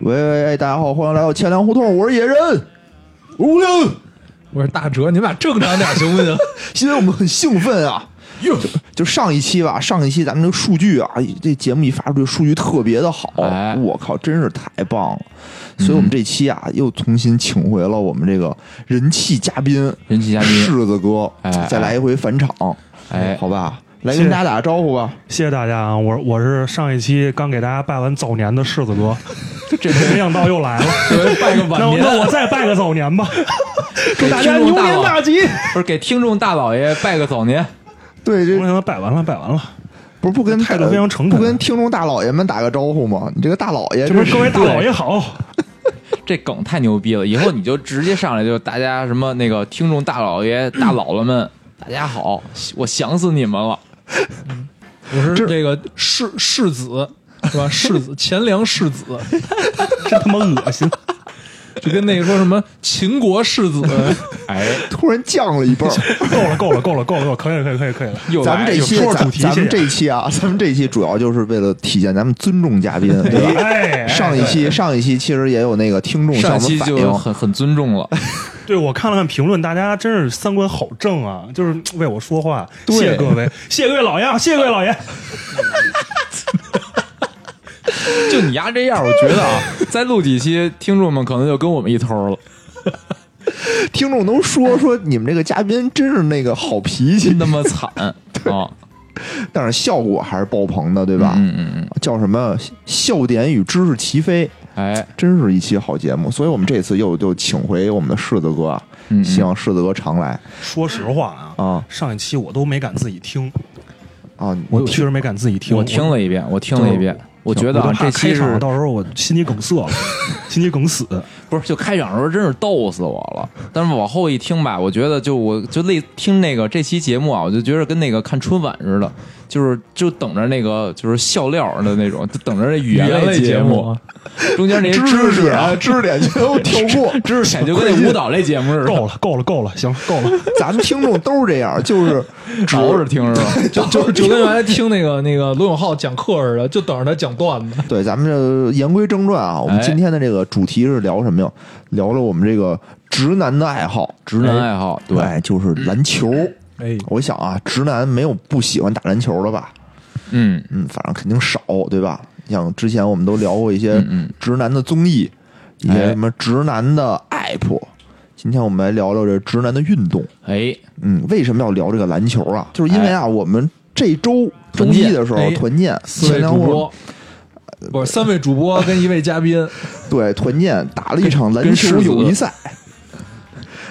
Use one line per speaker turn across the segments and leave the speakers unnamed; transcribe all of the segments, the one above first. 喂喂，哎大家好，欢迎来到钱粮胡同，我是野人，无聊。
我说大哲，你们俩正常点行不行？
现在我们很兴奋啊，
哟，
就上一期吧，上一期咱们这个数据啊，这节目一发出去，数据特别的好，
哎
我靠，真是太棒了。所
嗯
以我们这期啊，又重新请回了我们这个人气嘉宾
人气嘉宾，
柿子哥
哎哎，
再来一回返场，
哎
好吧，来
谢
跟大家打个招呼吧。
谢谢大家啊！我我是上一期刚给大家拜完早年的柿子哥，这没想到又来了。
对拜个晚
那我
年，
那我再拜个早年吧，
给
大
听
家
众
牛
大
年
佬，
大吉！
不是给听众大老爷拜个早年，
对，这
我想拜完了，拜完了。
不是不跟呃
态度非常诚恳啊
不跟听众大老爷们打个招呼吗？你这个大老爷，
这不是各位大佬也好，
这梗太牛逼了！以后你就直接上来就大家什么那个听众大老爷大姥姥们，大家好，我想死你们了！
我是这个世世子是吧？世子钱粮世子，
真他妈恶心！
就跟那个说什么秦国世子，
哎，
突然降了一 辈儿。
够了，够了，够了，够了，够了！可以了，可以了，可以了，可以了。
又
咱们
来
这
又
期
有说
咱
主题
咱
谢
们
谢
这期啊，咱们这期主要就是为了体现咱们尊重嘉宾，对吧？
哎，哎
上一期上一期其实也有那个听众向
上
我
期
们反
就
映，
很很尊重了，
对我看了看评论，大家真是三观好正啊，就是为我说话。
对
谢谢各位，谢谢各位老爷啊，谢谢各位老爷。
就你丫这样，我觉得啊， 再录几期，听众们可能就跟我们一头了，
听众都说说你们这个嘉宾真是那个好脾气
真，他妈 惨啊！
但是效果还是爆棚的，对吧？
嗯嗯嗯，
叫什么？笑点与知识齐飞，
哎，
真是一期好节目。所以我们这次又又请回我们的柿子哥啊，
嗯
希望柿子哥常来
说实话啊，
啊
上一期我都没敢自己听，
啊！
我确实没敢自己听。
我听了一遍，我听了一遍，我觉得
我
啊
都，怕
这期
开场
是
到时候我心肌梗塞了， 心肌梗死。
不是，就开场的时候真是逗死我了。但是往后一听吧，我觉得就我就类听那个这期节目啊，我就觉得跟那个看春晚似的，就是就等着那个就是笑料的那种，就等着这语言类节目，中间那些
知识啊，
啊、
知识点全都跳过，
知识点就 跟那舞蹈类节目似的，
啊够了，够了，够了，行，够了。
咱们听众都是这样，就是
熬着听是吧？
就 就就跟原来听那个那个罗永浩讲课似的，就等着他讲段子。
对，咱们这言归正传啊，我们
哎
今天的这个主题是聊什么呀？聊了我们这个直男的爱好，
直男爱好，对，
哎就是篮球。
哎，
我想啊，直男没有不喜欢打篮球的吧？
嗯，
嗯，反正肯定少，对吧？像之前我们都聊过一些
嗯嗯
直男的综艺，一些
哎
什么直男的 app。今天我们来聊聊这直男的运动。
哎，
嗯，为什么要聊这个篮球啊？就是因为啊，我们这周周
团建
一的时候
哎
团建，
四
前
位
两
主
会儿
播，不是三位主播跟一位嘉 宾，
对，团建打了一场篮
跟
球
狮子
友谊赛，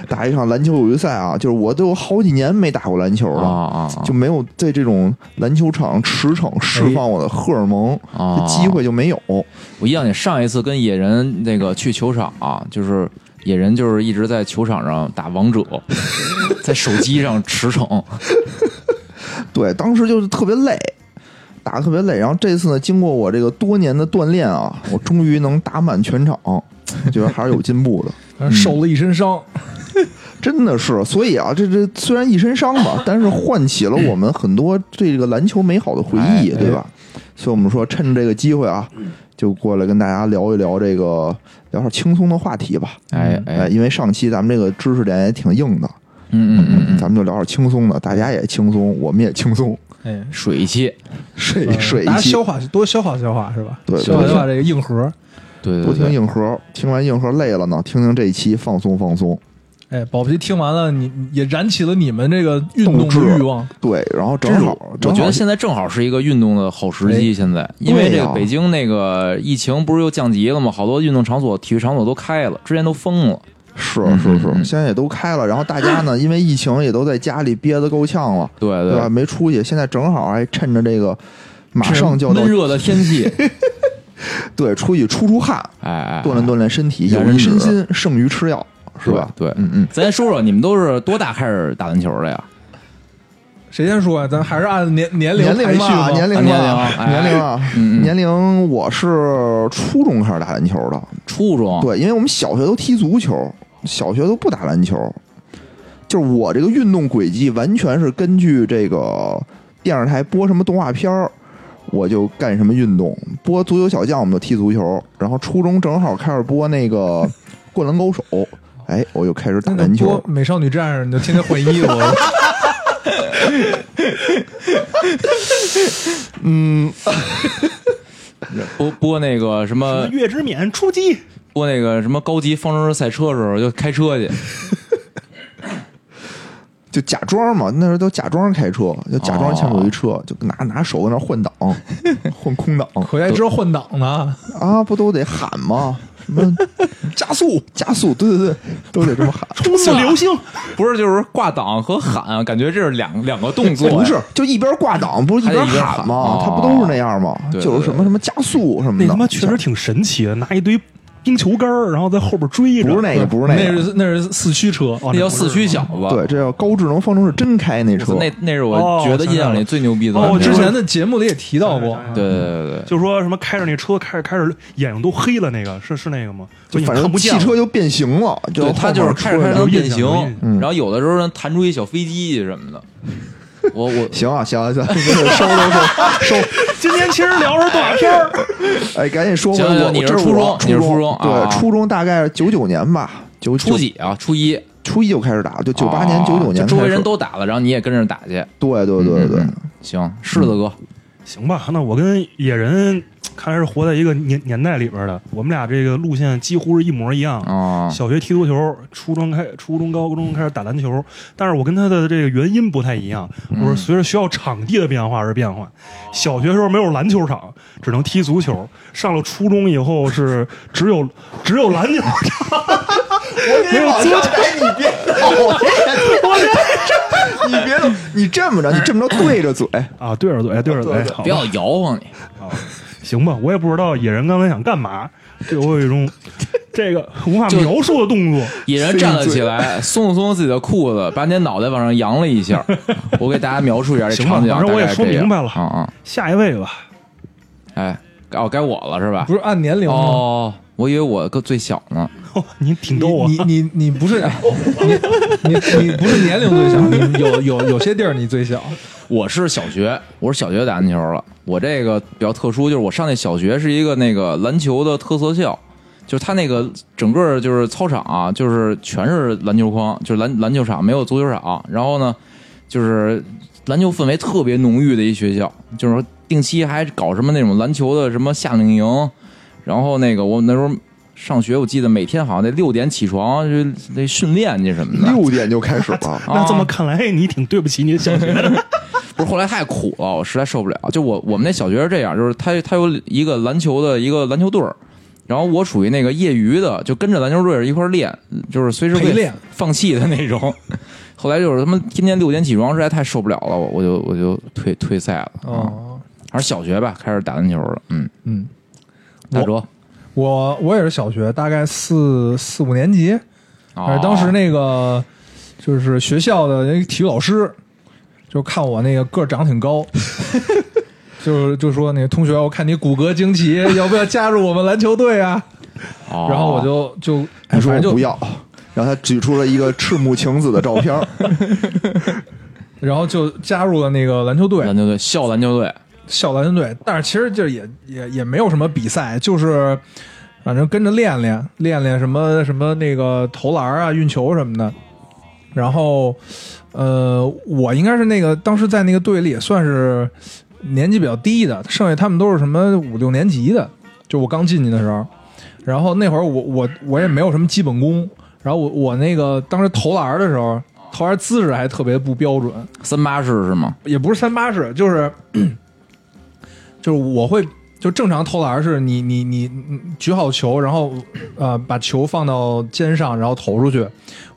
打一场篮球友谊赛啊，就是我都有好几年没打过篮球
啊
了，
啊啊，
就没有在这种篮球场驰骋释放我的荷尔蒙，
啊
这机会就没有。
我印象你上一次跟野人那个去球场啊，就是野人就是一直在球场上打王 者，在手机上驰骋。
对，当时就是特别累，打得特别累。然后这次呢，经过我这个多年的锻炼啊，我终于能打满全场， 觉得还是有进步的。
反正受了一身伤。
真的是，所以啊，这这虽然一身伤吧，但是唤起了我们很多这个篮球美好的回忆，
哎
对吧？所以我们说，趁这个机会啊，就过来跟大家聊一聊这个聊点轻松的话题吧。
哎
哎，
哎，
因为上期咱们这个知识点也挺硬的，
嗯嗯嗯嗯，
咱们就聊点轻松的，大家也轻松，我们也轻松，
哎，
水气，
水
嗯
水
大
一
家
期
消化多消化消化是吧？
对对
消化
对
消化这个硬核。
对
多
对
听
对，
硬核，听完硬核累了呢，听听这一期放松放松。
哎，宝皮听完了，你你也燃起了你们这个运动
斗志
的欲望。
对，然后正
真是
好，
我
正
觉
好哎
得现在正好是一个运动的好时机。现在，
啊
因为这个北京那个疫情不是又降级了吗？好多运动场所、体育场所都开了，之前都封了。
是
嗯
是
嗯嗯
是，现在也都开了，然后大 家呢，因为疫情也都在家里憋得够呛了。
对
对啊吧？没出去，现在正好还趁着这个马上就要到
闷热的天气，
对出去出出汗，
哎哎，
锻炼锻炼身体，
养
有
生
益身
指
心，胜于吃药，是吧？
对，
嗯嗯，
咱说说你们都是多大开始打篮球的呀？
谁先说呀、啊咱还是按年年龄
年
排
龄
序
嘛，
吧。
年龄
啊
嘛，
年龄哎
年龄啊，
嗯嗯
年龄，我是初中开始打篮球的，
初中，
对，因为我们小学都踢足球，小学都不打篮球，就是我这个运动轨迹完全是根据这个电视台播什么动画片儿，我就干什么运动。播足球小将，我们就踢足球。然后初中正好开始播那个灌篮高手，哎，我就开始打
那
篮
你播
球
《美少女战士》，你就天天换 衣服，
播播那个什么
月之冕出击，
播那个什么高级方程式赛车的时候就开 车去，
就假装嘛，那时候都假装开车，就假
哦
装前面有一车，就拿拿手在那儿换 挡，换空挡
回来之后换挡呢。
啊，不都得喊吗？什 么加速，加速，对对对，都得这么喊。
冲刺流星，
不是就是挂档和喊，感觉这是两两个动作呀。
哎不是，就一边挂档，不是一边
还得一边
喊
喊
吗
哦？
他不都是那样吗？
对对
就是什么什么加速什么的。
那他妈确实挺神奇的，拿一堆冰球杆儿，然后在后边追着。
不是那个，哦不是
那
那个，
是那是四驱车，
那叫四驱小子。
对，这叫高智能方程式真开那车。
那那是
哦
我觉得印象里最牛逼的。
我想起来了哦我
之前的节目里也提到过，
对对对对，
就说什么开着那车，开着开着眼睛都黑了，那个是是那个吗？
就
已经
反正
看不
汽
见了
车 就变形了，就
对他就是开着开
后面
着能
车
有
变
印象
形
有印，
象
嗯然后有的时候能弹出一小飞机什么的。我 我
行啊，行啊，行啊， 收收收收！
今天其实聊的 是动画片儿，
哎，赶紧说回
行行
我，
你
我
是
这
初
我
中你是
初
初中啊
对，初中大概是九九年吧，九
初几啊？初一，
初一就开始打，就九八年、
哦
九九年
就
开始，
周围人都打了，然后你也跟着打去。
对对对对对
嗯，嗯行，柿子哥，
行吧？那我跟野人看来是活在一个年年代里边的，我们俩这个路线几乎是一模一样。
啊，
小学踢足球，初中开初中高中开始打篮球，但是我跟他的这个原因不太一样。我是随着学校场地的变化而变化。小学时候没有篮球场，只能踢足球。上了初中以后是只有 只有篮球场，没有 足球。
哎，你别我这，你别动，你这么着，你这么着对着嘴，
啊，对着嘴，对着嘴，好
不要摇晃你。
啊，行吧，我也不知道野人刚才想干嘛，对我有一种这个无法描述的动作。
野人站了起来，松了松了自己的裤子，把你的脑袋往上扬了一下。我给大家描述一下这
行吧
场景啊，
反正我也
大概是
说
这样
明白了
啊啊！
下一位吧，
哎，哦，该我了是吧
不？是按年龄吗？
哦，我以为我个最小呢。
你挺
你
逗啊！
你你你不是你你你不是年龄最小，你有有有些地儿你最小，
我是小学，我是小学打篮球了。我这个比较特殊，就是我上那小学是一个那个篮球的特色校，就是它那个整个就是操场啊，就是全是篮球框，就是篮篮球场，没有足球场。然后呢，就是篮球氛围特别浓郁的一学校，就是定期还搞什么那种篮球的什么夏令营。然后那个我那时候上学，我记得每天好像得六点起床，就得训练去什么的。
六点就开始了。
那这么看来，你挺对不起你的小
啊
学的。
不是，后来太苦了，我实在受不了。就我我们那小学是这样，就是他他有一个篮球的一个篮球队儿，然后我属于那个业余的，就跟着篮球队儿一块儿练，就是随时
陪
会
练
放弃的那种。后来就是他妈天天六点起床，实在太受不了了，我我就我就退退赛了。
嗯
啊，
哦，
还是小学吧，开始打篮球了。嗯，哦
嗯，
大哲，
我我也是小学，大概四四五年级，
啊
哦
而，当时那个就是学校的那个体育老师，就看我那个个儿长挺 高，就就说那个同学，我看你骨骼惊奇，要不要加入我们篮球队啊？
哦
然后我就就
哎
他说
反正
我
就
不，要，然后他举出了一个赤木晴子的照片，
然后就加入了那个篮球队
嗯
篮，球队校篮球队，
校篮球队。但是其实就也也也没有什么比赛，就是反正跟着练练练练什么什么那个投篮啊、运球什么的。然后，呃，我应该是那个当时在那个队里也算是年纪比较低的，剩下他们都是什么五六年级的，就我刚进去的时候。然后那会儿我我我也没有什么基本功，然后我我那个当时投篮的时候，投篮姿势还特别不标准，
三八式是吗？
也不是三八式，就是 就是我会就正常投篮是你你你你举好球，然后呃把球放到肩上，然后投出去。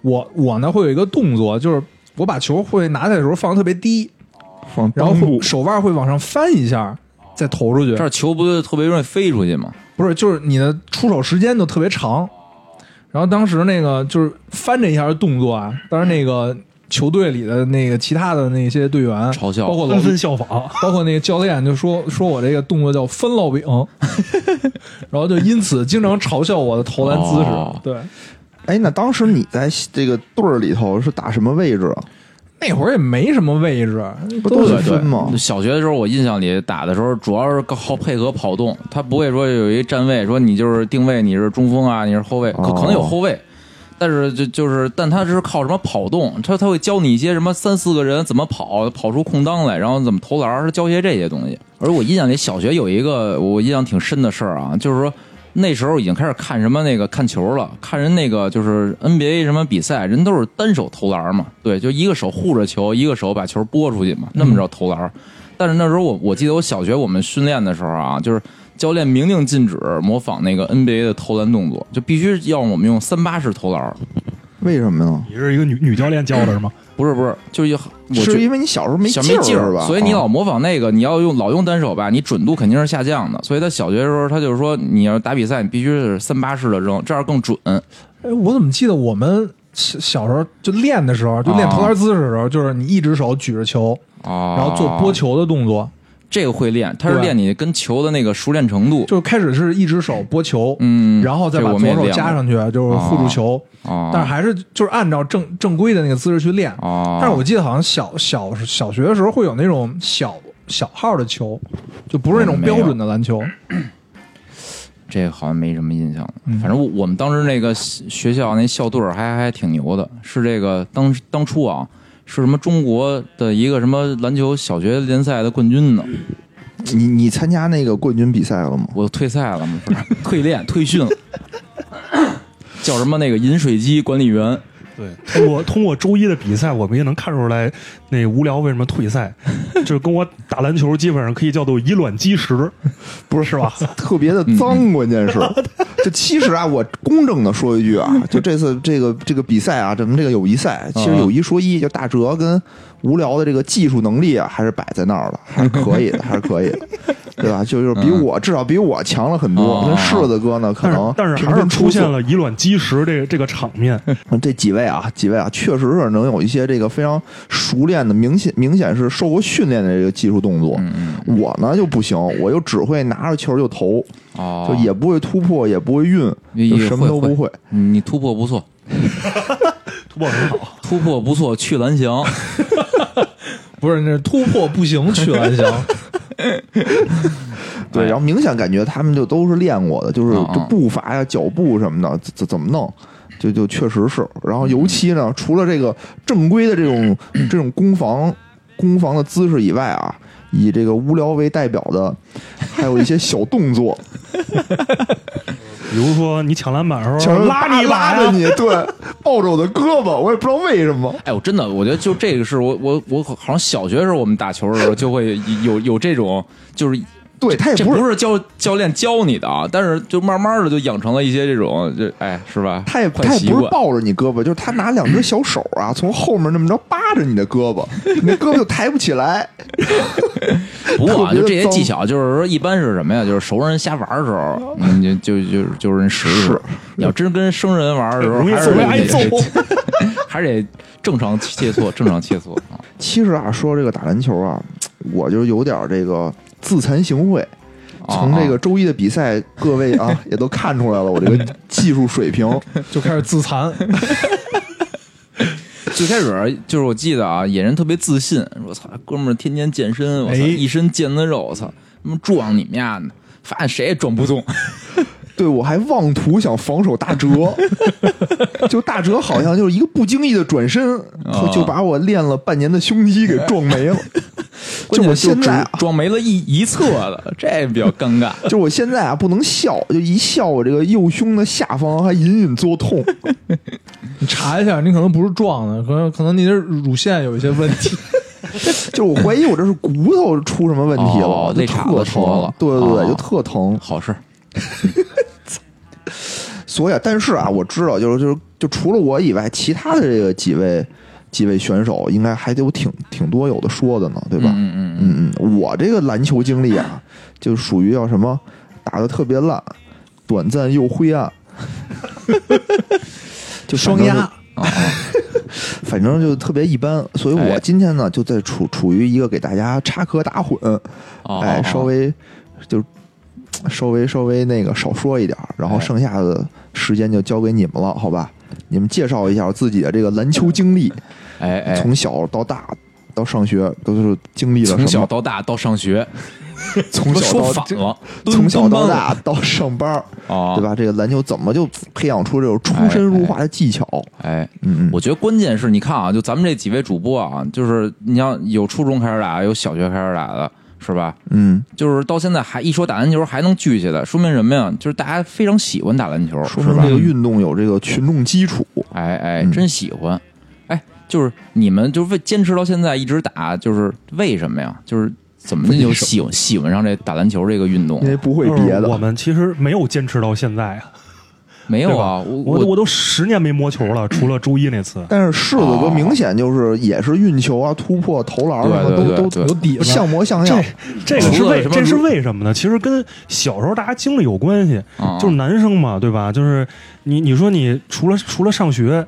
我我呢会有一个动作，就是我把球会拿起来的时候放得特别低，
放
然后
裆部
会手腕会往上翻一下。再投出去
这，儿球不就特别容易飞出去吗？
不是，就是你的出手时间就特别长。然后当时那个就是翻这一下的动作啊，当时那个球队里的那个其他的那些队员
嘲笑
包括老
纷纷效仿，
包括那个教练就说说我这个动作叫翻烙饼， 然后就因此经常嘲笑我的投篮姿势。
哦
对，
哎，那当时你在这个队儿里头是打什么位置啊？
那会儿也没什么位置，
不
都
都
是
得分吗？
小学的时候，我印象里打的时候，主要是靠配合跑动，他不会说有一站位，说你就是定位，你是中锋啊，你是后卫，可
哦
可能有后卫，但是就就是，但他是靠什么跑动，他他会教你一些什么三四个人怎么跑，跑出空当来，然后怎么投篮儿，他教一些这些东西。而我印象里，小学有一个我印象挺深的事儿啊，就是说。那时候已经开始看什么那个看球了，看人那个就是 NBA 什么比赛，人都是单手投篮嘛，对，就一个手护着球，一个手把球拨出去嘛，那么着投篮。但是那时候我我记得我小学我们训练的时候啊，就是教练明令禁止模仿那个 NBA 的投篮动作，就必须要我们用三八式投篮。
为什么呢？
你是一个女女教练教的 是吗？
不是不是，就是一我觉
是因为你小时候没
小
劲
没
儿
劲
是吧？
所以你老
啊
模仿那个，你要用老用单手吧，你准度肯定是下降的。所以他小学的时候，他就是说你要打比赛，你必须是三八式的扔，这样更准。
哎，我怎么记得我们小小时候就练的时候，就练投篮姿势
啊
的时候，就是你一只手举着球，
哦
然后做拨，球的动
啊
作，
这个会练，他是
对
练你跟球的那个熟练程度。
就是开始是一只手拨球，
嗯，
然后再
这
把
我们
左
也
手
练
加
过，
上去，就是护住球，
哦、
但是还是就是按照正正规的那个姿势去练。
哦，
但是我记得好像小小小学的时候会有那种小小号的球，就不是那
我
种
嗯没有
标准的篮球。
这个好像没什么印象了。
嗯
反正我我们当时那个学校那校队儿还还挺牛的，是这个当当初啊，是什么中国的一个什么篮球小学联赛的冠军呢？
你你参加那个冠军比赛了吗？
我退赛了嘛，不是 退练 退训了，叫什么那个饮水机管理员。
对，通过通过周一的比赛，我们也能看出来那无聊为什么退赛， 就是跟我打篮球基本上可以叫做以卵击石，不是是吧？
特别的脏，关键是，就其实啊，我公正的说一句啊，就这次这个这个比赛啊，咱们这个友谊赛，其实有一说一，就大哲跟无聊的这个技术能力啊，还是摆在那儿的，还是可以的，还是可以的，对吧？就是比我至少比我强了很多。
嗯
跟柿子哥呢， 可
但是
能
但是
频
还是
频
出现
错
了以卵击石这个这个场 面，
这几位啊，几位啊，确实是能有一些这个非常熟练的，明显明显是受过训练的这个技术动作。我呢就不行，我就只会拿着球就投，
哦，
就也不会突破，也不会运，
也
就什么都不
会
会。
哎你你突破 不错，
突破很好。
突破不错，去蓝翔。
不是，那突破不行，去蓝翔。
对，
哎
然后明显感觉他们就都是练过的，就是
嗯嗯
这步伐呀、脚步什么的，怎怎么弄，就就确实是。然后尤其
嗯
呢，除了这个正规的这 种这种攻防攻防的姿势以外啊，以这个无聊为代表的，还有一些小动 作，
比如说你抢篮板的时
想
候
要
拉你一把
拉着，
呀
你，对，抱着我的胳膊，我也不知道为什么。
哎，我真的，我觉得就这个是我我我好像小学时候我们打球的时候就会有有这种就是
对他也
这
不是
不是教教练教你的啊，但是就慢慢的就养成了一些这种，就哎，是吧？
他也
坏
他
习
也不是
惯。
抱着你胳膊，就是他拿两只小手啊，从后面那么着扒着你的胳膊，你的胳膊就抬不起来。
不过啊，
特别
就这些
脏哦
技巧，就是说一般是什么呀？就是熟人瞎玩的时候，你就就就就是人试试
是。
你要真跟生人玩的时候，
容易
还是
容易
得
挨揍，
还是得正常切磋，正常切磋啊。
其实啊，说这个打篮球啊，我就有点这个自惭形秽。
啊
从这个周一的比赛，各位啊也都看出来了，我这个技术水平。
就开始自残。
最开始就是我记得啊，野人特别自信，说我操，哥们儿天天健身，我操，
哎
一身腱子肉，我操，他妈撞你们丫的，发现谁也撞不动。
嗯 对我还妄图想防守大哲， 就大哲好像就是一个不经意的转身
啊，
就把我练了半年的胸肌给撞没了。就我现在啊
只装没了一一侧的，这比较尴 尬。
就我现在啊，不能笑，就一笑，我这个右胸的下方还隐隐作痛。
你查一下，你可能不是撞的，可能可能你的乳腺有一些问题。
就我怀疑我这是骨头出什么问题了，
哦
就
肋叉子
特
折
疼
了
对对对，
哦
就特疼。
好事，
所以啊，但是啊，我知道，就是就是就除了我以外，其他的这个几位几位选手，应该还得有挺挺多有的说的呢，对吧？
嗯嗯嗯，
嗯嗯，我这个篮球经历啊，就属于叫什么，打的特别烂，短暂又灰暗，就反
双
正就
压，
反正就特别一般，所以我
哎
今天呢就在处处于一个给大家插科打诨，
哦，
哎，稍微就稍微稍微那个少说一点儿，然后
哎
剩下的时间就交给你们了，好吧？你们介绍一下自己的这个篮球经历，
哎哎，
从小到大到上学都是经历了
从
什
小
么？
到大到上学，
从小到
说反了，
从小到
大
大到上班儿，
啊，
对？吧？这个篮球怎么就培养出这种出神入化的技巧？
哎，
嗯嗯，
我觉得关键是你看啊，就咱们这几位主播啊，就是你像有初中开始打，有小学开始打的，是吧？
嗯，
就是到现在还一说打篮球还能聚起来，说明什么呀？就是大家非常喜欢打篮球，
嗯说
是
明
吧
这个运动有这个群众基础。
哎哎，
嗯
真喜欢。哎，就是你们就是为坚持到现在一直打，就是为什么呀？就是怎么就
为什么
喜欢喜欢上这打篮球这个运动
因？为不会别
我
的，
们其实没有坚持到现在啊，
没有啊，
我
我
我都十年没摸球 了，除了周一那次。
但是柿子
啊
哥明显就是也是运球啊、突破、投篮什
对对
么
对
都
对
都
有底
不
子，
像模像
这
样。
这个是
除了
为
什么
这是为什么呢？其实跟小时候大家经历有关系，
啊
就是男生嘛，对吧？就是你你说你除了除了上学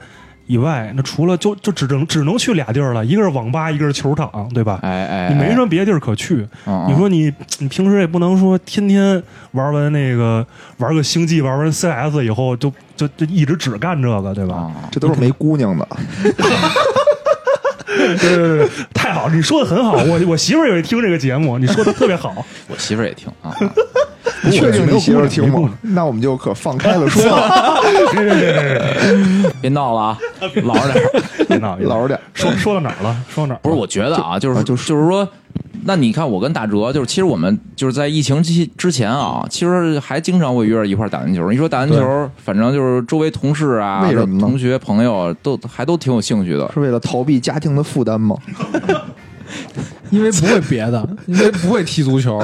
以外，那除了就就只能只能去俩地儿了，一个是网吧，一个是球场，对吧？
哎哎，
你没什
么
么别地儿可去。，
嗯
你说你你平时也不能说天天玩完那个玩个星际，玩完 CS 以后就就就一直只干这个，对吧？
啊，
这都是没姑娘 的，
对对对，太好了，你说的很好。我我媳妇儿也听这个节目，你说的特别好。
我媳妇儿也听啊，
你确定你媳妇儿听
没姑
吗
娘？
那我们就可放开 了说了，
别闹 了啊，老实点儿。
别闹，别闹
老实点。
说说到哪儿了？说到哪儿了？
不是，我觉得啊，就是
就
就是是说，那你看我跟大哲，就是其实我们就是在疫情期之前啊，其实还经常会约着一块儿打篮球。一说打篮球，反正就是周围同事啊
为什么、呢
同学朋友都还都挺有兴趣的。
是为了逃避家庭的负担吗？
因为不会别的，因为不会踢足球，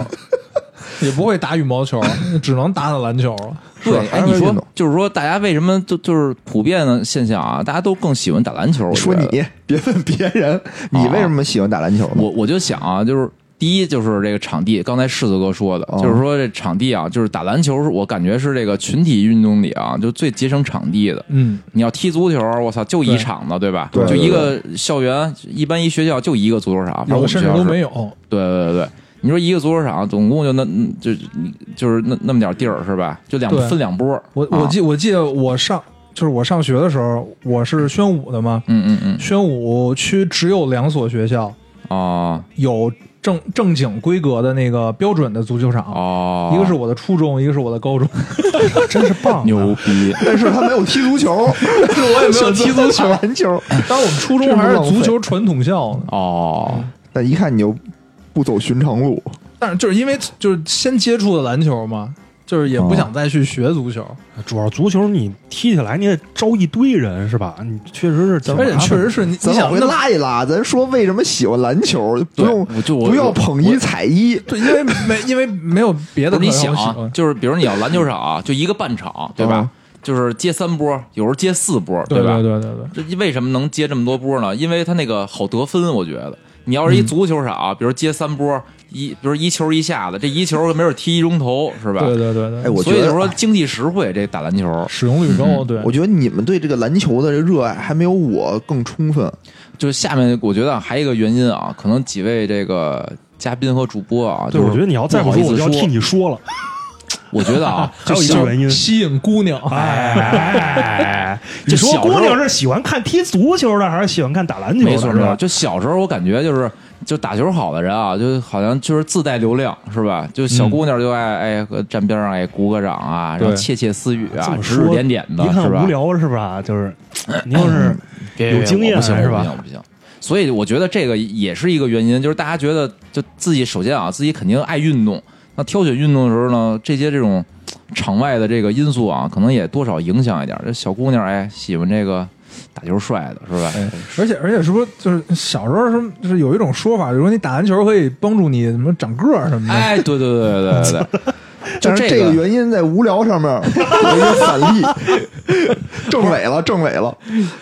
也不会打羽毛球，只能打打篮球了。
是
对，
还
哎，
是
你
运
说
动
就是说，大家为什么就就是普遍的现象啊？大家都更喜欢打篮球。我
说
觉得
你，别问别人，你为什么喜欢打篮球呢？
我我就想啊，就是第一就是这个场地，刚才世子哥说的，
哦
就是说这场地啊，就是打篮球是，我感觉是这个群体运动里啊，就最节省场地的。
嗯，
你要踢足球，我操，就一
对
场子，对吧？
对
就
对
一个校园，一般一学校就一个足球啊场，反正
有
我
的
们
甚
学
至
校
都
是
没。有。
对对对对，你说一个足球场总共就那嗯就就是那那么点地儿是吧？就两
对
分两波。
我
啊
我记我记得我上就是我上学的时候，我是宣武的嘛，
嗯嗯嗯
宣武区只有两所学校
哦
有正正经规格的那个标准的足球场，
哦，
一个是我的初中，一个是我的 高中。
真是棒、啊！
牛逼，
但是他没有踢足球，我也 没有踢足球、篮球。
当我们 初中还是足球传统校呢，
哦
但一看你就不走寻常路，
但是就是因为就是先接触的篮球嘛，就是也不想再去学足球，
主要足球你踢起来你得招一堆人是吧？你确实是挺麻
而
烦
且
的，
确实是你你
咱往
想
回
那
拉一拉，咱说为什么喜欢篮球，不
对
用
我就我
不要
我
捧一踩一，
对，因为没因为没有别
不
的可
是你
让
想
我喜
啊
欢，
就是比如你要篮球场啊，就一个半场，对吧？
嗯
就是接三波，有时候接四波，
对
吧？
对对对
这为什么能接这么多波呢？因为他那个好得分，我觉得。你要是一足球场、比如接三波，一比如一球一下子，这一球没准踢一中投，是吧？
对对对对，
哎，我觉
所以
得
就是说经济实惠，这打篮球
使用率高，对，
我觉得你们对这个篮球的这热爱还没有我更充分。
就是下面我觉得还有一个原因啊，可能几位这个嘉宾和主播啊，
对，
就是
我觉得你要再
不好
说，
意
我
思
就要替
说，
你说 了。
我觉得 啊，
还有一个原因，
呃吸引姑娘，
哎，你说姑娘是喜欢看踢足球的，还是喜欢看打篮球的？
没错
是
没
吧
错，就小时候我感觉就是就打球好的人啊，就好像就是自带流量是吧？就小姑娘就爱、哎站边上哎鼓个掌啊，然后
对
窃窃私语
嗯这
啊，
么
指
说
指点点的
一
是
看
吧
无？聊是吧？就是你要是
别
有
别
经
我
验
不行
是
我
吧
不行我不行。所以我觉得这个也是一个原因，就是大家觉得就自己首先啊，自己肯定爱运动，那挑选运动的时候呢，这些这种场外的这个因素啊，可能也多少影响一点。这小姑娘哎，喜欢这个打球帅的是吧？
哎而且而且是不是就是小时候是不是就是有一种说法，就是说你打篮球可以帮助你什么长个儿什么的，
哎，对对对对对对 对，就
但是这个原因在无聊上面有一个反例，正伪 了，正伪了。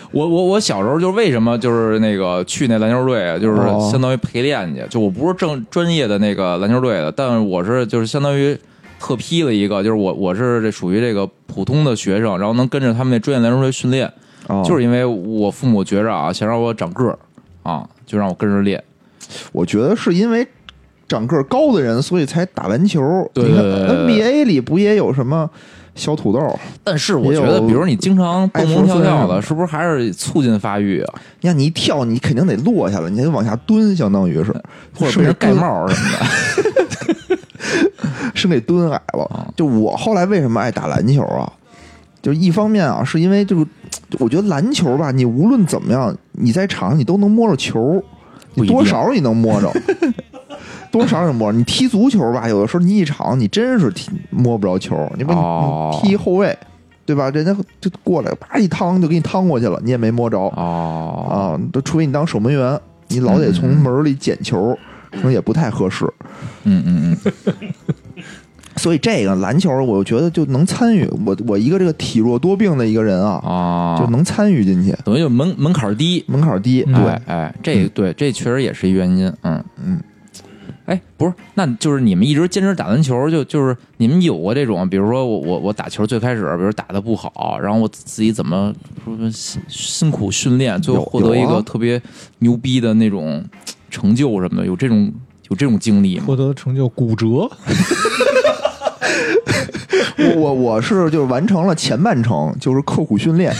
我我我小时候就是为什么就是那个去那篮球队啊，就是
哦
相当于陪练去，就我不是正专业的那个篮球队的，但我是就是相当于特批的一个，就是我我是这属于这个普通的学生，然后能跟着他们那专业篮球队训练，
哦
就是是因为我父母觉着啊，想让我长个儿啊，就让我跟着练。
我觉得是因为长个儿高的人，所以才打篮球。
对
你看
对对对
NBA 里不也有什么削土豆。
但是我
也
觉
有
得，比如你经常蹦蹦跳跳
爱
的，是不是还是促进发育啊？
你看你一跳，你肯定得落下了，你得往下蹲，相当于是，
或者
是
被人
给
呃盖
蹲，
帽什么 的？
是给蹲矮
啊
了。就我后来为什么爱打篮球啊？就是一方面啊，是因为就是我觉得篮球吧，你无论怎么样，你在场上你都能摸着球，你
不一定
多少你能摸 着，多少能摸着。你踢足球吧，有的时候你一场你真是踢摸不着球，你把你
哦
踢后卫，对吧？人家就过来，啪一趟就给你趟过去了，你也没摸着。
哦，
啊，都除非你当守门员，你老得从门儿里捡球，可能也不太合适。
嗯嗯嗯，
所以这个篮球，我觉得就能参与。我我一个这个体弱多病的一个人啊，
哦，
就能参与进去，
等于就门门槛低。
门槛低。
嗯
对
哎，哎，这对这确实也是一原因。嗯
嗯，
哎，不是，那就是你们一直坚持打篮球，就就是你们有过这种，比如说我我我打球最开始，比如打的不好，然后我自己怎么说辛辛苦训练，最后
有
获得一
有啊
个特别牛逼的那种成就什么的，有这种有这种经历吗？
获得成就骨折，
我我我是就是完成了前半程，就是刻苦训练。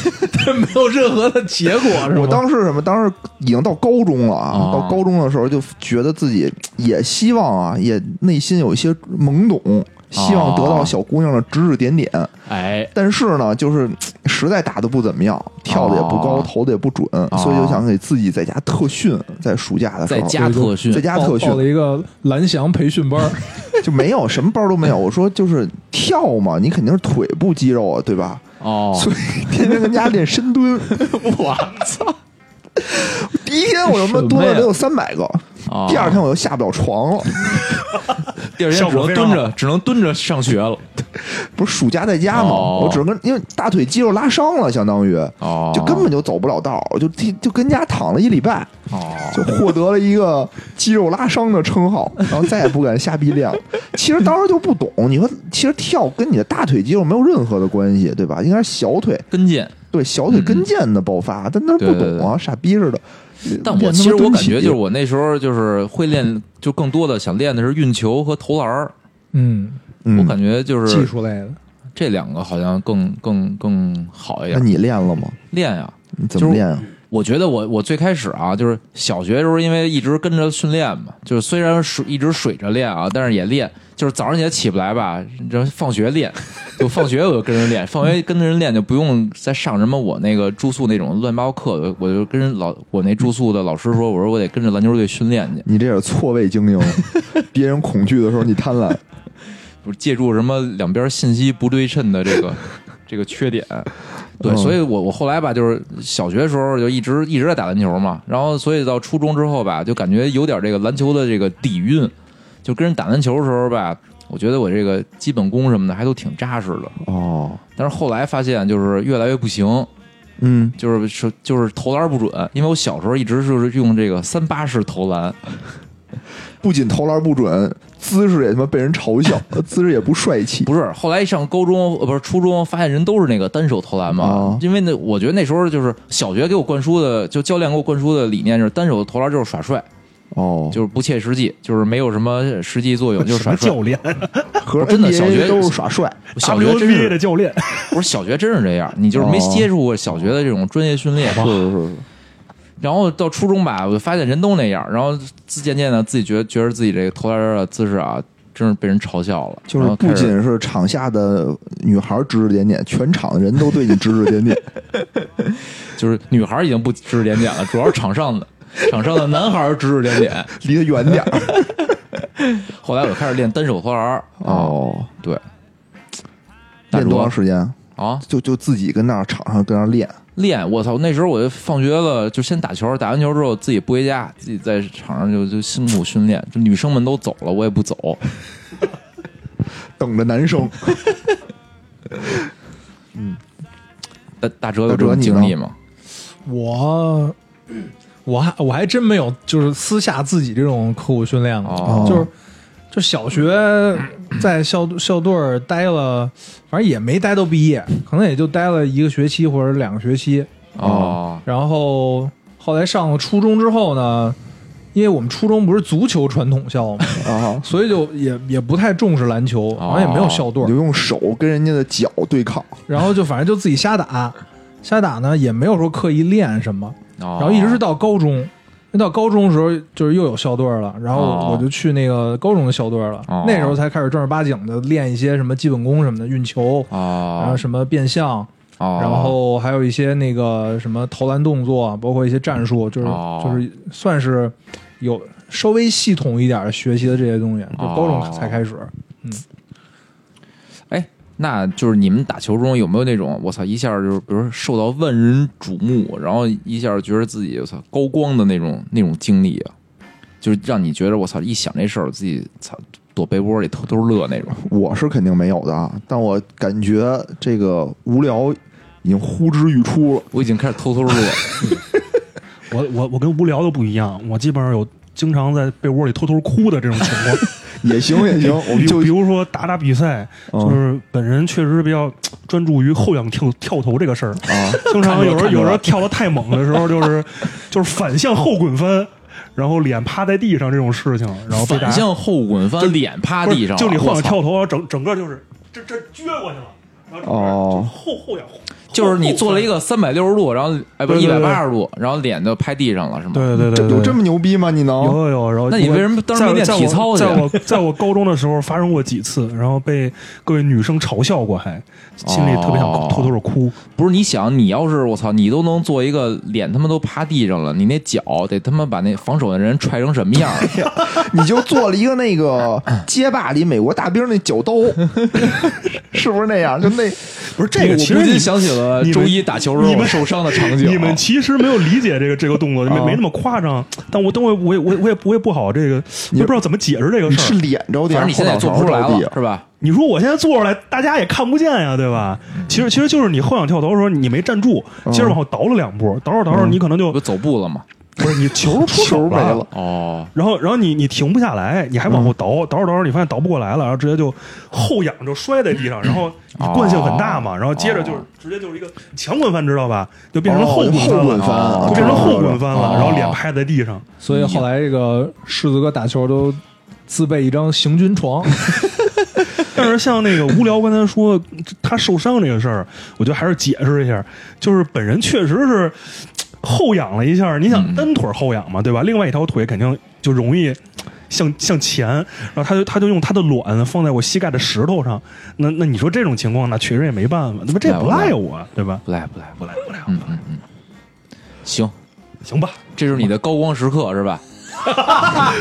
没有任何的结果， 是吗
我当时什么？当时已经到高中了啊，
哦
到高中的时候就觉得自己也希望啊，也内心有一些懵懂，希望得到小姑娘的指指点点。
哎，
但是呢，就是嘖实在打的不怎么样，跳的也不高，
哦
投的也不准，所以就想给自己在家特训，在暑假的时
在
候
家特训
在，家
报
特
报了
训
一个蓝翔培 训班儿，
就没有什么班都没有。我说就是跳嘛，你肯定是腿部肌肉啊，对吧？
哦，
所以天天跟家练深蹲，我操！第一天我他妈
什么呀
蹲了得有三百个，
哦
第二天我就下不了床了。
第二天
效
只
果
能
非常
蹲
好
着，只能蹲着上学了。
不是暑假在家嘛，
哦
我只跟因为大腿肌肉拉伤了，相当于
哦，
就根本就走不了道儿，就就跟家躺了一礼拜。
哦，
就获得了一个肌肉拉伤的称号，然后再也不敢瞎逼练了。其实当时就不懂，你说其实跳跟你的大腿肌肉没有任何的关系，对吧？应该是小腿
跟进。
对小腿跟腱的爆发，但那不
对嗯对
懂啊，傻逼似的。
但
练他妈
我其实我
蹲
感
起
觉就是我那时候就是会练，就更多的想练的是运球和投篮儿。
嗯，
嗯
我感觉就
技
是
术类的，
这两个好像更更更好一
那
点。
你练了吗？
练呀，
你怎么练啊？
我觉得我我最开始啊，就是小学的时候，因为一直跟着训练嘛，就是虽然水一直水着练啊，但是也练，就是早上起来起不来吧，然后放学练，就放学我就跟着练，放学跟着人练就不用再上什么我那个住宿那种乱七八糟课，我就跟人老我那住宿的老师说，我说我得跟着篮球队训练去，
你这也是错位经营， 别人恐惧的时候你贪婪。
就是借助什么两边信息不对称的这个这个缺点。对，
嗯
所以我我后来吧，就是小学时候就一直一直在打篮球嘛，然后所以到初中之后吧，就感觉有点这个篮球的这个底蕴，就跟人打篮球的时候吧，我觉得我这个基本功什么的还都挺扎实的。
哦，
但是后来发现就是越来越不行，
嗯，
就是是就是投篮不准，因为我小时候一直就是用这个三八式投篮，
不仅投篮不准，姿势也他妈被人嘲笑，姿势也不帅气。
不是，后来上高中呃不是初中，发现人都是那个单手投篮嘛。
哦
因为那我觉得那时候就是小学给我灌输的，就教练给我灌输的理念就是单手投篮就是耍帅，
哦，
就是不切实际，就是没有什么实际作用，就是
什
耍
么
帅
教。练
和
真的小学
NBA 都是耍帅。
小学真
，WNBA
是
的教练，
不是小学真是这样，你就是没接触过小学的这种专业训练。
是是是。
然后到初中吧，我就发现人都那样，然后自渐渐的自己觉得觉得自己这个投篮的姿势啊，真是被人嘲笑了。
就
然
是
后开
不
始
仅是场下的女孩指指点点，全场的人都对你指指 点点。
就是女孩已经不指指点 点了，主要是场上的场上的男孩指指点点。
离他远点儿。
后来我就开始练单手投篮儿，
哦，
对，
练多长
时
时间？
啊？
就就自己跟那儿场上跟那儿练。
练，我操！那时候我就放学了，就先打球，打完球之后自己不回家，自己在场上就就辛苦训练。就女生们都走了，我也不走。
等着男生，
大大哲有
大
这
哲
种
你
经
呢
历吗？
我我还我还真没有，就是私下自己这种刻苦训练过，
哦
就是就小学在校校队儿待了，反正也没待到毕业，可能也就待了一个学期或者两个学期，
哦
然后后来上了初中之后呢，因为我们初中不是足球传统校 嘛，
啊，
所以就也也不太重视篮球，
哦
好像也没有校队
你就，用手跟人家的脚对抗，
然后就反正就自己瞎打，瞎打呢也没有说刻意练什么，
然
然后一直是到高中。那到高中的时候，就是又有校队了，然
哦
后我就去那个高中的校队了。
哦
那时候才开始正儿八经的练一些什么基本功什么的，运球，然
啊
后，什么变向，
哦
然后还有一些那个什么投篮动作，包括一些战术，就是、
哦
就是算是有稍微系统一点儿学习的这些
哦
东西，就高中才开始。
哎，那就是你们打球中有没有那种我操一下就是比如说受到万人瞩目，然后一下觉得自己我操高光的那种那种经历啊？就是让你觉得我操一想这事儿我自己操躲被窝里偷偷乐那种。
我是肯定没有的啊，但我感觉这个无聊已经呼之欲出了。
我已经开始偷偷乐了，
我我我跟无聊的不一样，我基本上有经常在被窝里偷偷哭的这种情况。
也行也 行，我
比
们
如
就
比如说打打比赛，
嗯
就是本人确实是比较专注于后仰跳跳投这个事儿，
啊，
经常有时
看出来
候有时候跳的太猛的时候，就是 就是反向后滚翻，然后脸趴在地上这种事情，然后被大
反
家
向后滚翻，脸趴
不是
地上了，啊
就你换
我
个
操
跳投，然后啊整整个就是这这撅过去了，然后整个
哦
就后后仰，
就是你做了一
个
个三百六十度，然后哎不是一
对
百
对对
八十度，然后脸就拍地上了，是吗？
对对对
这
对，
呃
有这么牛逼吗？你能？
有有，然后
哦那你
我
为什么当时
在
没练
在我
体操去啊
在我在我高中的时候发生过几次，然后被各位女生嘲笑过还，心里特别想
哦
偷偷的哭。
不是你想，你要是我操，你都能做一个脸他妈都趴地上了，你那脚得他妈把那防守的人踹成什么样儿？
你就做了一个那个街霸里美国大兵那脚刀， 是不是那样？就那
不是这个，
我
其
不
实
禁
你
想起了
你们
周一打球时候
你
我
们
受伤的场景。啊
你们其实没有理解这个这个动作，没
哦
啊
没那么夸张。但我等会我也我也我也我也不好这个，我也不知道怎么解释这个
你是
事儿。
脸着地
反
还
正你
是后
现在
脑
也做
勺
不出来
着
了
地啊？，
是吧？
你说我现在做出来，大家也看不见呀，对吧？
嗯
其实其实就是你后仰跳投的时候，你没站住，
哦
接着往后倒了两步，倒着倒着你可能就
不走步了吗？
不是你球出手
球没了，
哦，
然后，然后你你停不下来，你还往后倒，倒着倒着，你发现倒不过来了，然后直接就后仰就摔在地上，然后你惯性很大嘛，然后接着就是
哦
直接就是一个强滚翻，知道吧？就变成后
哦
滚翻
后
了，
滚翻啊，
就变成后滚翻
哦
了，然后脸拍在地上。
所
嗯
以后来这个世子哥打球都自备一张行 军床，
但是像那个无聊刚才说他受伤这个事儿，我觉得还是解释一下，就是本人确实是后仰了一下。你
嗯
想单腿后仰嘛，对吧？另外一条腿肯定就容易向向前，然后他就他就用他的卵放在我膝盖的石头上。那那你说这种情况，那确实也没办法，那么这也不赖我，对吧？
不赖不赖不赖。
不赖我
嗯嗯嗯，行，
行吧？
这是你的高光时刻是吧？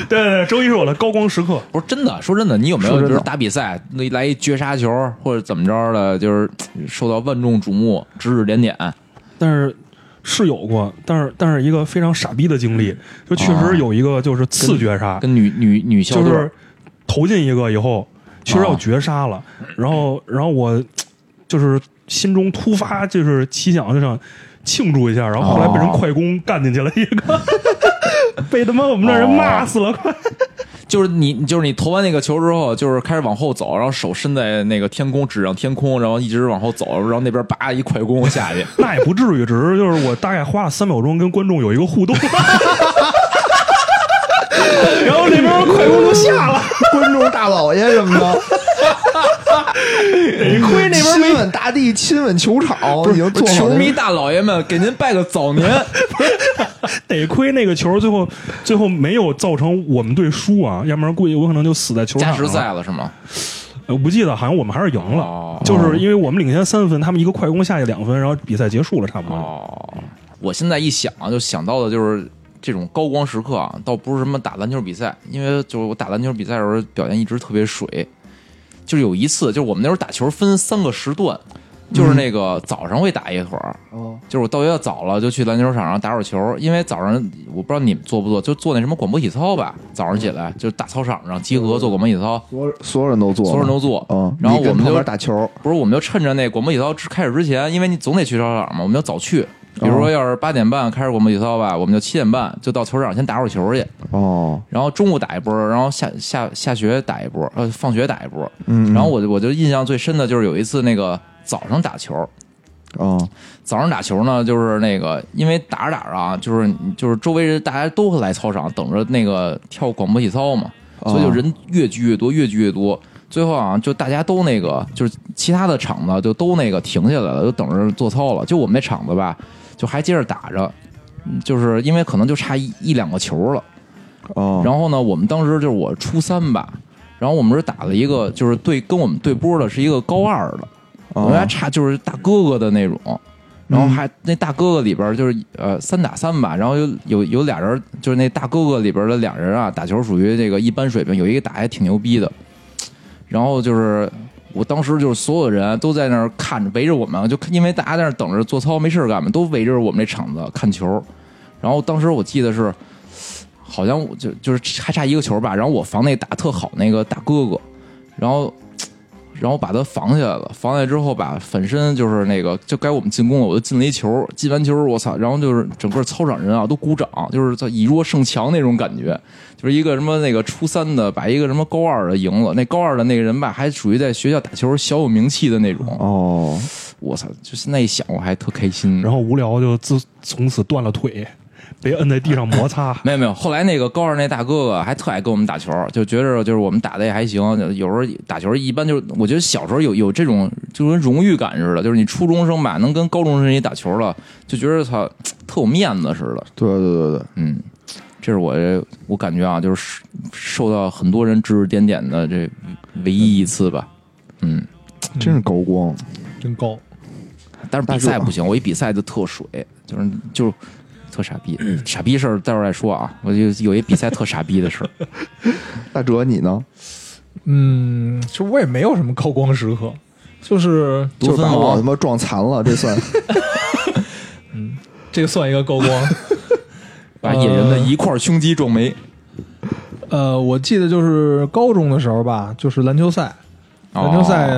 对对对，周一是我的高光时刻。
不是真的，说真的，你有没有
说
就
真的
是打比赛那来一绝杀球或者怎么着的，就是嘖受到万众瞩目，指指点点？
但是是有过，但是但是一个非常傻逼的经历，就确
啊
实有一个就是次绝杀，
跟女女女校
就
队
是投进一个以后，确实要
啊
绝杀了。然后，然后我就是心中突发就是奇想，就想庆祝一下。然后后来被人
哦
快攻干进去了一个，被他妈我们那人骂死了，快！
就是你，就是你投完那个球之后，就是开始往后走，然后手伸在那个天空，指向天空，然后一直往后走，然后那边叭一快攻下去。
那也不至于，只是就是我大概花了三秒钟跟观众有一个互动。然后那边
哎
快攻就下了，
观众大老爷什么的，
得亏那边
亲吻大地，亲吻球场，已经做好
球
了
迷大老爷们，给您拜个早年。
得亏那个球最后最后没有造成我们队输啊，要不然估计我可能就死在球场
加
上
时
了。
赛了是吗？
呃，我不记得，好像我们还是赢了，
哦
就是因为我们领先三分，他们一个快攻下去两分，然后比赛结束了，差不多。
哦，我现在一想啊就想到的就是这种高光时刻啊，倒不是什么打篮球比赛，因为就是我打篮球比赛的时候表现一直特别水。就是有一次，就是我们那时候打球分三个时段，就是那个早上会打一会儿，
哦
就是我到学校早了就去篮球场上打会儿球，因为早上我不知道你们做不做，就做那什么广播体操吧，早上起来就大操场上集合做广播体操，
所有所有人都做，
所有人都做
嗯，
然后
你跟
我们
旁
就
边打球，
不是，我们就趁着那广播体操之开始之前，因为你总得去操场嘛，我们就早去。比如
哦
说，要是八点半开始广播体操吧，我们就七点半就到球场先打会儿球去，
哦，
然后中午打一波，然后下下下学打一波，呃，放学打一波。
嗯，
然后我就我就印象最深的就是有一次那个早上打球，
嗯
早上打球呢，就是那个，因为打着打着啊，就是就是周围人大家都会来操场等着那个跳广播体操嘛，
哦
所以就人越聚越多，越聚越多。最后啊，就大家都那个，就是其他的场子就都那个停下来了，就等着做操了。就我们那场子吧，就还接着打着，嗯就是因为可能就差一一两个球了。
哦，
然后呢，我们当时就是我初三吧，然后我们是打了一个，就是对跟我们对波的是一个高二的，我们还
哦
差就是大哥哥的那种，然后还那大哥哥里边就是呃三打三吧，然后有有有俩人就是那大哥哥里边的俩人啊，打球属于这个一般水平，有一个打还挺牛逼的，然后就是。我当时就是所有人啊都在那儿看着，围着我们，就因为大家在那儿等着做操没事儿干嘛，都围着我们这场子看球。然后当时我记得是，好像我就就是还差一个球吧，然后我防那打特好那个大哥哥，然后然后把他防起来了，防下来之后吧，反身就是那个就该我们进攻了，我就进了一球，进完球我操，然后就是整个操场人啊都鼓掌，就是在以弱胜强那种感觉，就是一个什么那个初三的把一个什么高二的赢了，那高二的那个人吧还属于在学校打球小有名气的那种，
哦，
我操，就现在一想我还特开心。。
然后无聊就自从此断了腿，被摁在地上摩擦
没有没有，后来那个高二那大哥哥还特爱跟我们打球，就觉着就是我们打的也还行，就有时候打球一般就是我觉得小时候有有这种就跟荣誉感似的，就是你初中生吧能跟高中生一起打球了，就觉得操特有面子似的，
对对对对，
嗯。这是我我感觉啊，就是受到很多人指指点点的这唯一一次吧，嗯，
真是高光，
真高。
但是比赛不行，我一比赛就特水，就是就是特傻逼，傻逼事儿待会儿再说啊，我就有一比赛特傻逼的事儿，
大哲你呢？
嗯，其实我也没有什么高光时刻， 就是
就
多
是
分
把我
王
他妈撞残了，这算
这个算一个 高光。
把野人的一块胸肌撞没。
呃，我记得就是高中的时候吧，就是篮球赛，
哦
篮球赛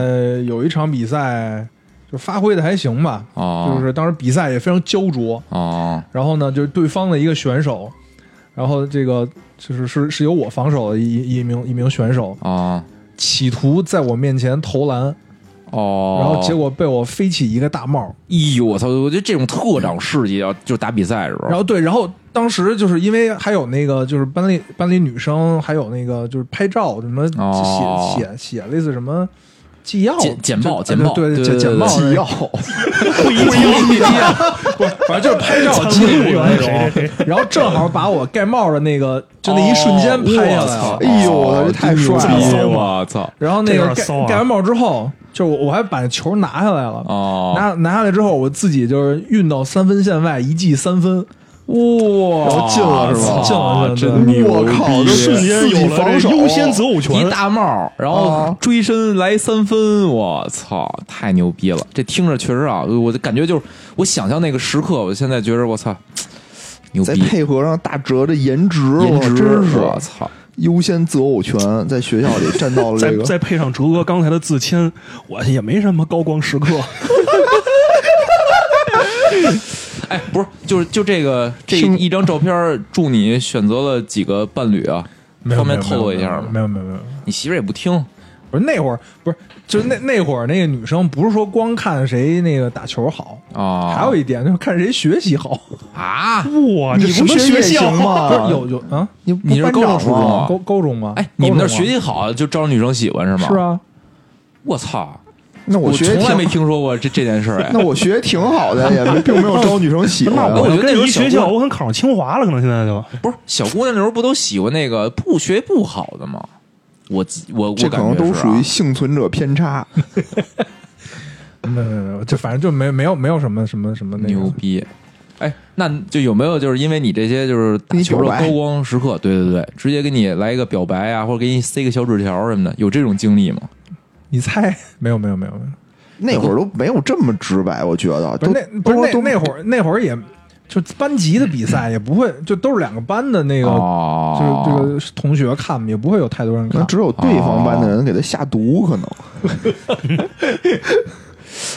有一场比赛，就发挥的还行吧，
哦
就是当时比赛也非常焦灼。
哦
然后呢，就是对方的一个选手，然后这个就是是是由我防守的一一名一名选手，
哦
企图在我面前投篮，
哦，
然后结果被我飞起一个大帽。
哎呦我操！我觉得这种特长事迹啊，就是打比赛的时候，
然后对，然后当时就是因为还有那个就是班里班里女生，还有那个就是拍照什么写、
哦
写写类似什么纪要
简简报
就
简报
对
对
简
对
简
对
报
对
纪要，不是反正就是拍照记录的那种。然后正好把我盖帽的那个就那一瞬间拍下来了
哦。
哎呦我操这太帅了
这么骚我操！
然后那个
这有点
盖
骚啊
盖完帽之后，就我我还把球拿下来了。
哦
拿拿下来之后，我自己就是运到三分线外一记三分，哇，
然后进了是吧
进了，进了。
我靠，这
瞬间有了
防
这
守
优先
哦
择偶
一
权，
大帽，然后
啊
追身来三分，我操，太牛逼了！这听着确实啊，我就感觉就是我想象那个时刻，我现在觉着我操，牛
再
逼，
配合上大哲的颜值，
颜
我
值，
真是
我操！
优先择偶权，在学校里占到了
再
这个。
再配上哲哥刚才的自谦，我也没什么高光时刻。
哎，不是，就是就这个这
听
一张照片儿，祝你选择了几个伴侣啊？
没有
方便
没有
透露一下吗
没有没有没有，没有
你媳妇儿也不听
不是那会儿，不是就是那那会儿那个女生，不是说光看谁那个打球好，
啊？
还有一点就是看谁学习好。
啊？
哇，这
你
什
不
么
学
学
也行
校？
不是
吗？
有有啊，
你
你是
班
高中
长
初中
吗
啊
高高中吗？
哎，你们那儿
高中吗
学习好就招女生喜欢是吗？
是。啊，
我操！
那我学
从来没
挺，
听说过这这件事儿哎
那。我学挺好的，也没并没有招女生喜欢
那我
啊。
觉得那
跟
种
一
小
学
姑
校，
娘
我可能考上清华了，可能现在就
不是小姑娘那时候不都喜欢那个不学不好的吗？我我我
这
感
可
觉
能都
是啊
属于幸存者偏差。
没有没有没有，就反正就没没有没有什么什么什么那
牛
个。
逼。哎，那就有没有就是因为你这些就是打球
给你
的
表白
高光时刻？对对对，直接给你来一个表白啊，或者给你塞个小纸条什么的，有这种经历吗？
你猜？没有没有没有没有，
那会儿都没有这么直白，我觉得
不
都
是那不是
都
那
都
那会儿那会儿也就班级的比赛也不会，就都是两个班的那个，
哦，
就是这个同学看也不会有太多人
那
啊
看。
只有对方班的人给他下
哦
毒，可能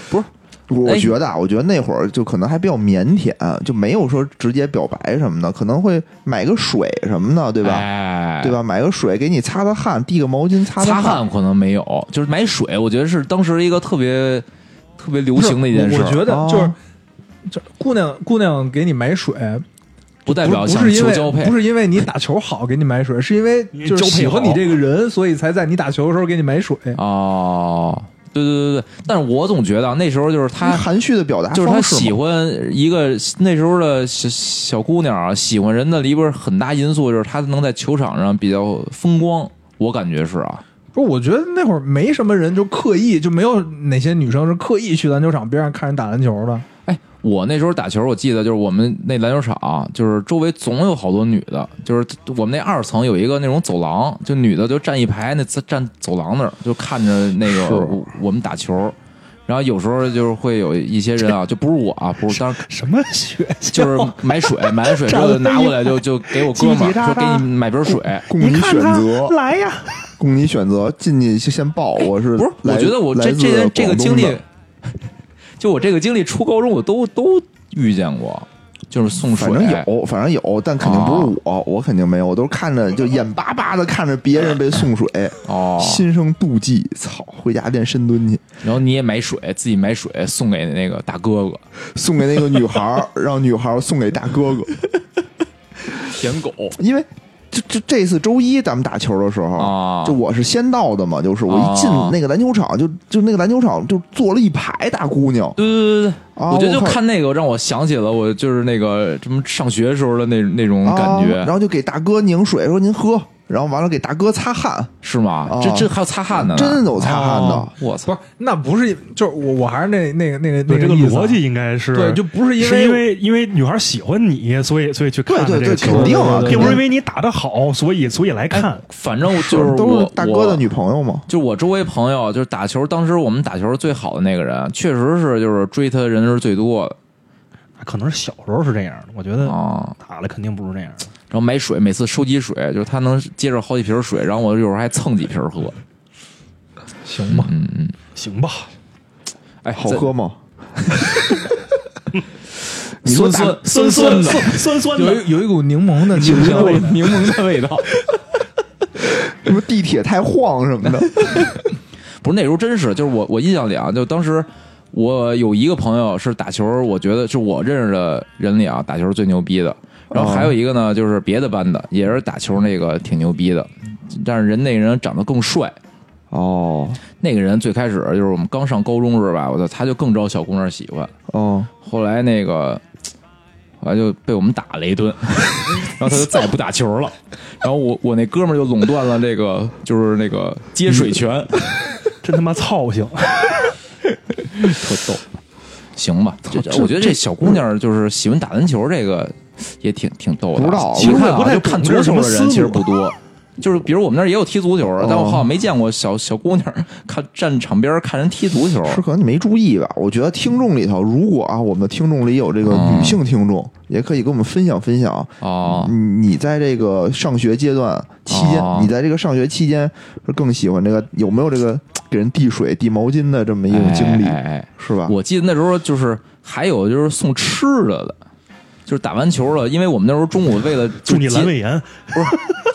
不是。
我
哎
觉得啊，我觉得那会儿就可能还比较腼腆，就没有说直接表白什么的，可能会买个水什么的，对吧？
哎、
对吧？买个水给你擦擦汗，递个毛巾擦
擦
汗。
汗可能没有，就是买水，我觉得是当时一个特别特特别流行的一件事，
我我觉得
哦
就是。这姑娘，姑娘给你买水，
不代
不是
表
不
想
是因
求
为
交配，
不是因为你打球好给你买水，是因为
你
就是
交配
喜欢
好
你这个人，所以才在你打球的时候给你买水。
啊哦，对对对对，但是我总觉得啊那时候就是他
含蓄的表达
就是他
方式嘛
喜欢一个那时候的小小姑娘啊，喜欢人的里边很大因素就是她能在球场上比较风光，我感觉是啊，
不是，我觉得那会儿没什么人就刻意，就没有哪些女生是刻意去篮球场边上看人打篮球的。
哎，我那时候打球，我记得就是我们那篮球场，就是周围总有好多女的，就是我们那二层有一个那种走廊，就女的就站一排，那自站走廊那儿就看着那个
是
我我们打球。然后有时候就是会有一些人啊，就不是我啊，不是，当然
什么学校？
就是买 水，买完水之后就拿过来就就给我哥们儿说给你买瓶水，
供你选择，
来呀，
供你选择，进去就先报。我是
哎不是，我
来
觉得我
来
这
自
这件这个
广
经
东
历
的，
就我这个经历，初高中我都都遇见过，就是送水，
反正有，反正有，但肯定不是
哦
我，我肯定没有，我都是看着就眼巴巴的看着别人被送水，
哦，
心生妒忌，操，回家练深蹲去，
然后你也买水，自己买水送给那个大哥哥，
送给那个女孩儿，让女孩儿送给大 哥哥，
舔狗
因为。这这这次周一咱们打球的时候，
啊
就我是先到的嘛，就是我一进
啊
那个篮球场，就就那个篮球场就坐了一排大姑娘，
对对对对，
啊
我觉
我
得就
靠
看那个让我想起了我就是那个什么上学时候的那那种感觉，
啊然后就给大哥拧水，说您喝，然后完了给大哥擦汗，
是吗？
啊
这这还有擦汗的呢，
真的有擦汗的
哦我
不
操
是，那不是，就是我我还是那那个那个那
对，这个
意思啊
逻辑应该是
对，就不是因
是因
为
为因为女孩喜欢你，所以所以去看
对对
的这
对，
个球
肯定啊，
对对对
并不是因
为
为你打得好，所以所以来看。
反正就是
都
我
是大哥
我
的女朋友嘛，
就我周围朋友，就是打球，当时我们打球最好的那个人，确实是就是追他人是最多的
可能是小时候是这样的，我觉得
啊。
打了肯定不是这样的。
然后买水，每次收集水，就是他能接着好几瓶水，然后我有时候还蹭几瓶喝。
行吧，
行吧，
哎，
好
咱
喝吗？ 你说
酸
大
酸
酸酸
酸酸酸酸
有
的，
一有一股柠檬的清香
有。一股柠檬的味道。
什么地铁太晃什么 的，
不是那时候真是，就是我我印象里啊，就当时我有一个朋友是打球，我觉得是我认识的人里啊，打球最牛逼的。然后还有一个呢，就是别的班的，也是打球那个挺牛逼的，但是人那人长得更帅。
哦
那个人最开始就是我们刚上高中时候吧，我操，他就更招小姑娘喜欢。
哦，
后来那个，后来就被我们打了一顿，然后他就再也不打球了。然后我我那哥们儿就垄断了这个，就是那个接水权，
真他妈操性！
特逗。行吧，这这我觉得这小姑娘就是喜欢打篮球，这个也挺挺逗的。
不知道
其实
我
看
也不太
啊，就看
懂
足
这是什
球
么
的
思
人
路哦
其实 不多。就是比如我们那儿也有踢足球的，但我好像没见过小小姑娘看站场边儿看人踢足球。
是可能你没注意吧？我觉得听众里头，如果啊，我们的听众里有这个女性听众，也可以给我们分享分享。
哦
你你在这个上学阶段期间，
哦
你在这个上学期间是更喜欢这个有没有这个给人递水、递毛巾的这么一种经历，
哎哎哎
是吧？
我记得那时候就是还有就是送吃的的，就是打完球了，因为我们那时候中午为了
祝
就
你
节
阑尾炎，
不是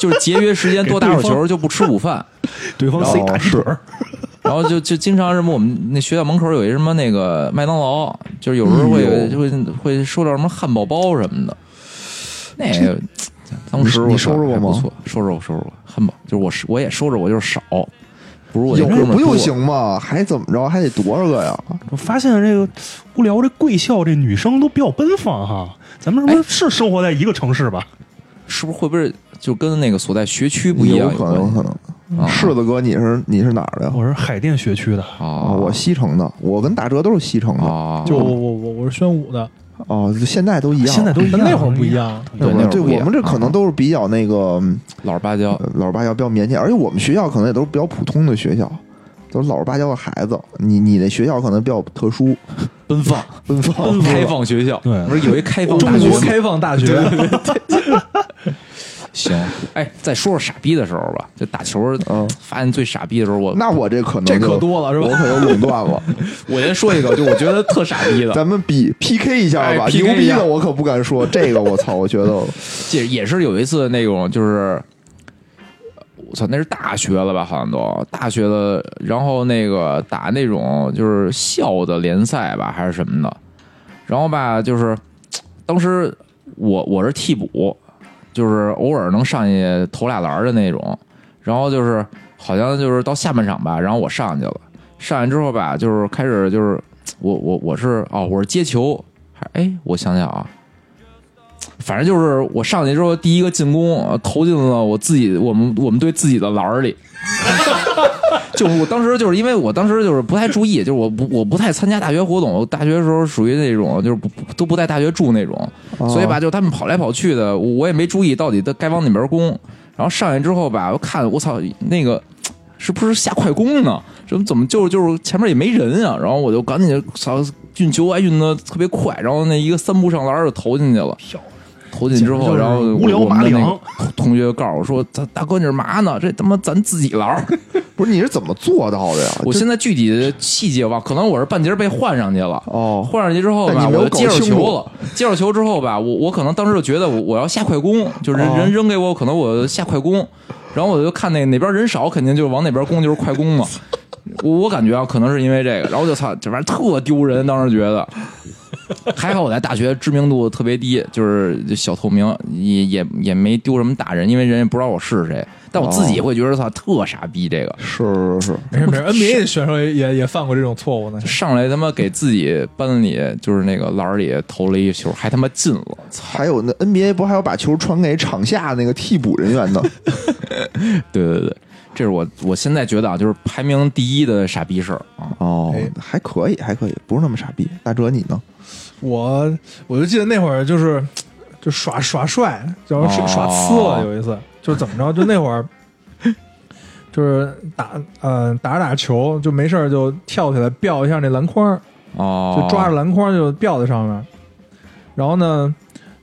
就是节约时间多打会儿球就不吃午饭，
对方塞
哦
打鸡腿儿，
然后就就经常什么我们那学校门口有一什么那个麦当劳，就是有时候会
哎
有
呦
会会收到什么汉堡包什么的，那个当时
你
我
你收拾过
还不
吗
错，收拾过收拾过汉堡，就是我是我也收拾过，就是少，不是我那
有
哥们儿
不就
多
行吗？还怎么着？还得多少个呀？
我发现这个无聊，这贵校这女生都比较奔放哈。咱们是不是是生活在一个城市吧？
是不是会不会就跟那个所在学区不一
有
样
可能，有可能。
啊
柿子哥，你是你是哪儿的
哦
呀？
我是海淀学区的，
啊，
啊，
我西城的，我跟大哲都是西城的。
啊，
就我我我我是宣武的，
哦，就现在都一样。
现在都一样
但。那会儿不一，样。
对
对那会儿
对，
不一
我
样哦
们这可能都是比较那个嗯
老实巴交，
呃老实巴交，比较腼腆，而且我们学校可能也都是比较普通的学校，都是老实巴交的孩子。你你那学校可能比较特殊，
奔放，
奔 放。
开放学校，
对
不是有一开放大
中
学
国
吗
开放大学，
行，哎，再说说傻逼的时候吧，就打球，
嗯
发现最傻逼的时候，我
那我这可能
这
就
可多了是吧
我可有垄断 了。
我先说一个，就我觉得特傻 逼的，
咱们比 PK 一下吧，
哎
牛
PK
逼
一下
的我可不敢 说，这个我操，我觉得
这也是有一次那种就是。我操，那是大学了吧？好像都大学的，然后那个打那种就是校的联赛吧，还是什么的。然后吧，就是当时我我是替补，就是偶尔能上去投俩篮儿的那种。然后就是好像就是到下半场吧，然后我上去了，上去之后吧，就是开始就是我我我是哦，我是接球，还哎，我想想啊，反正就是我上去之后第一个进攻呃投进了我自己我们我们队自己的篮儿里。 就是我当时就是因为我当时就是不太注意，就是我不我不太参加大学活动，我大学的时候属于那种就是不不都不在大学住那种，
哦
所以
啊
吧，就他们跑来跑去的，我我也没注意到底该往哪边攻。然后上去之后吧，我看我操那个是不是下快攻呢？怎么怎么就就是前面也没人啊？然后我就赶紧操运球还啊运的特别快，然后那一个三步上篮儿就投进去了。投进之后，然后
无聊
我们的那
马
个同学告诉我说：“大大哥你是嘛呢？这他妈咱自己篮儿。”
不是你是怎么做到的呀？
我
就
现在具体的细节吧，可能我是半截儿被换上去了。
哦
换上去之后
但
吧，
你没有
我就接
搞
着
清楚
球了。接着球之后吧，我我可能当时就觉得我我要下快攻，就是人、
哦
人扔给我，可能我下快攻。然后我就看那哪边人少，肯定就往哪边攻，就是快攻嘛。我我感觉啊，可能是因为这个，然后我就操，这玩意儿特丢人，当时觉得。还好我在大学知名度特别低，就是小透明，也也也没丢什么大人，因为人也不知道我是谁。但我自
哦
己会觉得操，特傻逼这个。
是是是，
没事没事，NBA 选手也也也犯过这种错误呢。
上来他妈给自己班里就是那个篮儿里投了一球，还他妈进了，操！
还有那 NBA 不还有把球传给场下那个替补人员 的？
哎对对对，这是我我现在觉得啊，就是排名第一的傻逼事儿啊。
哦
哎，
还可以，还可以，不是那么傻逼。大哲你呢？
我我就记得那会儿就是就耍耍帅，然后耍
哦
耍呲了。有一次就怎么着，就那会儿 就是打嗯、打着打着球就没事儿就跳起来吊一下那篮筐，
哦，
就抓着篮筐就吊在上面，然后呢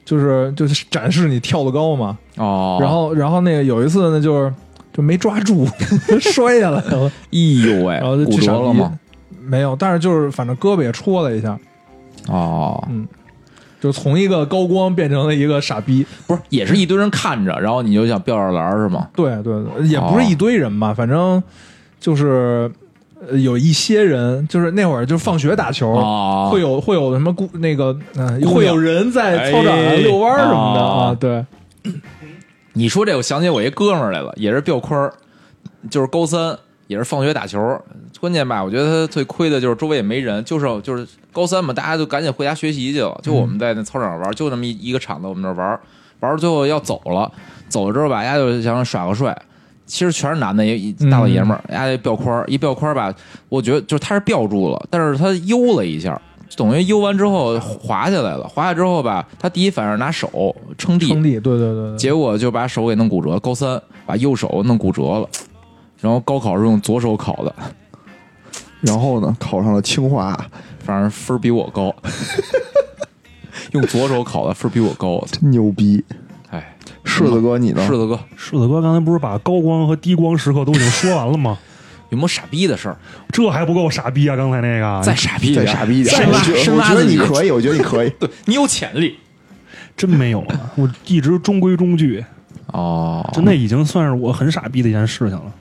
就是就是展示你跳得高嘛。
哦，
然后然后那个有一次呢，就是就没抓住， 摔下来了，
哎呦喂，
然后就
骨
巨
折
傻
了
逼
吗？？
没有，但是就是反正胳膊也戳了一下，
哦，
就从一个高光变成了一个傻逼。
不是，也是一堆人看着，然后你就想吊着篮儿是吗？
对对对，也
哦
不是一堆人吧，反正就是呃有一些人，就是那会儿就放学打球。
哦，
会有会有什么姑那个嗯、
娘
会有人在操场上遛弯儿什么的、
哎
啊？对，
你说这，我想起我一哥们儿来了，也是吊坤儿，就是高三，也是放学打球。关键吧，我觉得他最亏的就是周围也没人，就是就是高三嘛，大家就赶紧回家学习去了。就我们在那操场上玩，就那么一一个场子，我们那儿玩，玩到最后要走了，走了之后吧，大家就想耍个帅。其实全是男的，也一大老爷们儿，人家吊宽儿，一吊宽儿吧，我觉得就是他是吊住了，但是他悠了一下，等于悠完之后滑下来了，滑下之后吧，他第一反应是拿手撑地
坑，弟，对对对对，
结果就把手给弄骨折，高三把右手弄骨折了，然后高考是用左手考的，
然后呢，考上了清华，
反正分儿比我高， 用左手考的分儿比我高，
真牛逼！
哎，
柿子哥你呢？
柿子哥
柿子哥刚才不是把高光和低光时刻都已经说完了吗？
有没有傻逼的事儿？
这还不够傻逼啊！刚才那个
再傻逼一
再
点，
傻逼一点，
再
我
拉
觉得
深
我
拉
觉得
自
你
己，
可以，我觉得你可 以。
对你有潜力
真没有了，我一直中规中矩，
哦，
就那已经算是我很傻逼的一件事情了。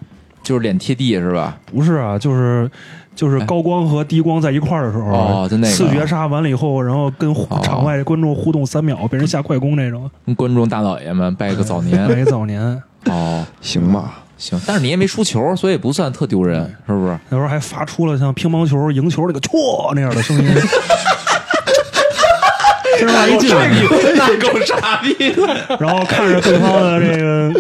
就是脸贴地是吧？
不是啊，就是就是高光和低光在一块儿的时候，
哎哦就那个
四绝杀完了以后，然后跟互
哦
场外观众互动三秒，被人下快攻那种，
跟观众大老爷们拜个早
拜
年
一早年。
哦，
行吧，
行，但是你也没输球，所以不算特丢人，是不 是？
那时候还发出了像乒乓球赢球那个“错”那样的声音。真是让一进来，
那够傻逼的，
然后看着对方的这个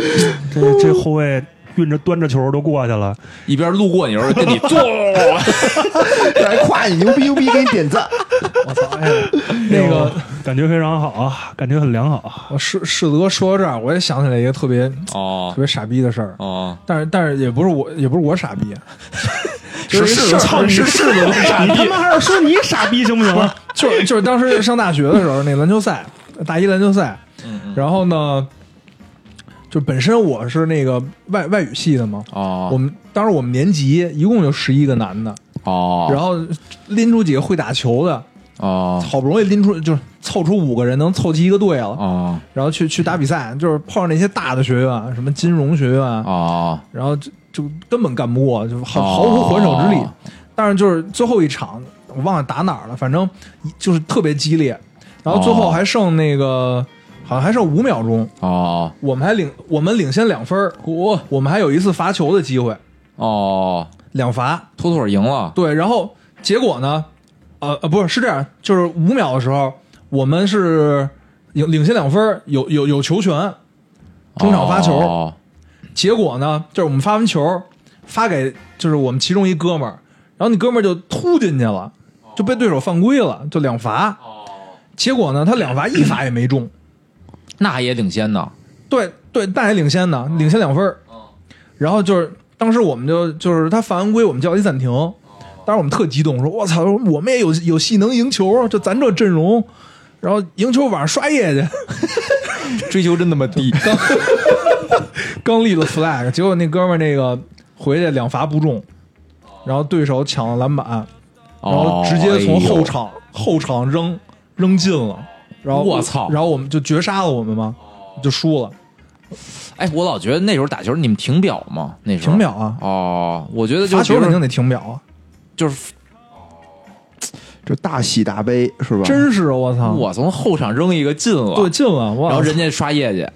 这这后卫运着端着球都过去了，
一边路过你的时候跟你 坐，
来夸你牛逼牛逼，给你点 赞。
我操！哎呀，
那个
感觉非常好啊，感觉很良好啊。
我柿柿子哥说到这儿，我也想起来一个特别特
哦
别傻逼的事儿，
哦，
但是但是也不是我也不是我傻逼，啊
是是
操你
是
柿子傻逼！你他妈还是说你傻逼行不行啊？
就是就是当时上大学的时候，那篮球赛，大一篮球赛，
嗯
然后呢，就本身我是那个外外语系的嘛，
哦，
我们当时我们年级一共就十一个男的，
哦，
然后拎出几个会打球的，
哦
好不容易拎出就是凑出五个人能凑齐一个队了，
哦
然后去去打比赛，就是碰上那些大的学院，啊什么金融学院，啊
哦
然后就就根本干不过，就毫毫无还手之力。
哦
但是就是最后一场，我忘了打哪儿了，反正就是特别激烈。然后最后还剩那个，好像还剩五秒钟，
哦
我们还领我们领先两分儿，
嚯
我们还有一次罚球的机会，
哦，
两罚。
妥妥赢了
对，然后结果呢？呃呃，不是，是这样，就是五秒的时候，我们是领领先两分儿，有有有球权，中场发球。
哦
结果呢，就是我们发完球，发给就是我们其中一哥们儿，然后那哥们儿就突进去了，就被对手犯规了，就两罚。结果呢，他两罚一罚也没中，
那也领先 呢。
对对，但也领先呢，领先两分儿。然后就是当时我们就就是他犯完规，我们叫了一暂停。当时我们特激动，说：“我操，我们也有有戏能赢球啊，就咱这阵容。”然后赢球晚上刷夜去，
追求真那么低？
刚立了 flag，结果那哥们儿那个回去两罚不中，然后对手抢了篮板，然后
哦
直接
哎
从后场、后场扔扔进了，然后
我操
然后我们就绝杀了我们嘛，就输了，
哎呦。哎，我老觉得那时候打球你们停表吗？那时候
停表啊
哦，我觉得就
罚
是
球肯定得停表啊，
就是
这大喜大悲是吧？
真是我操，
我从后场扔一个进了，
啊对进啊了，我
然后人家刷业绩，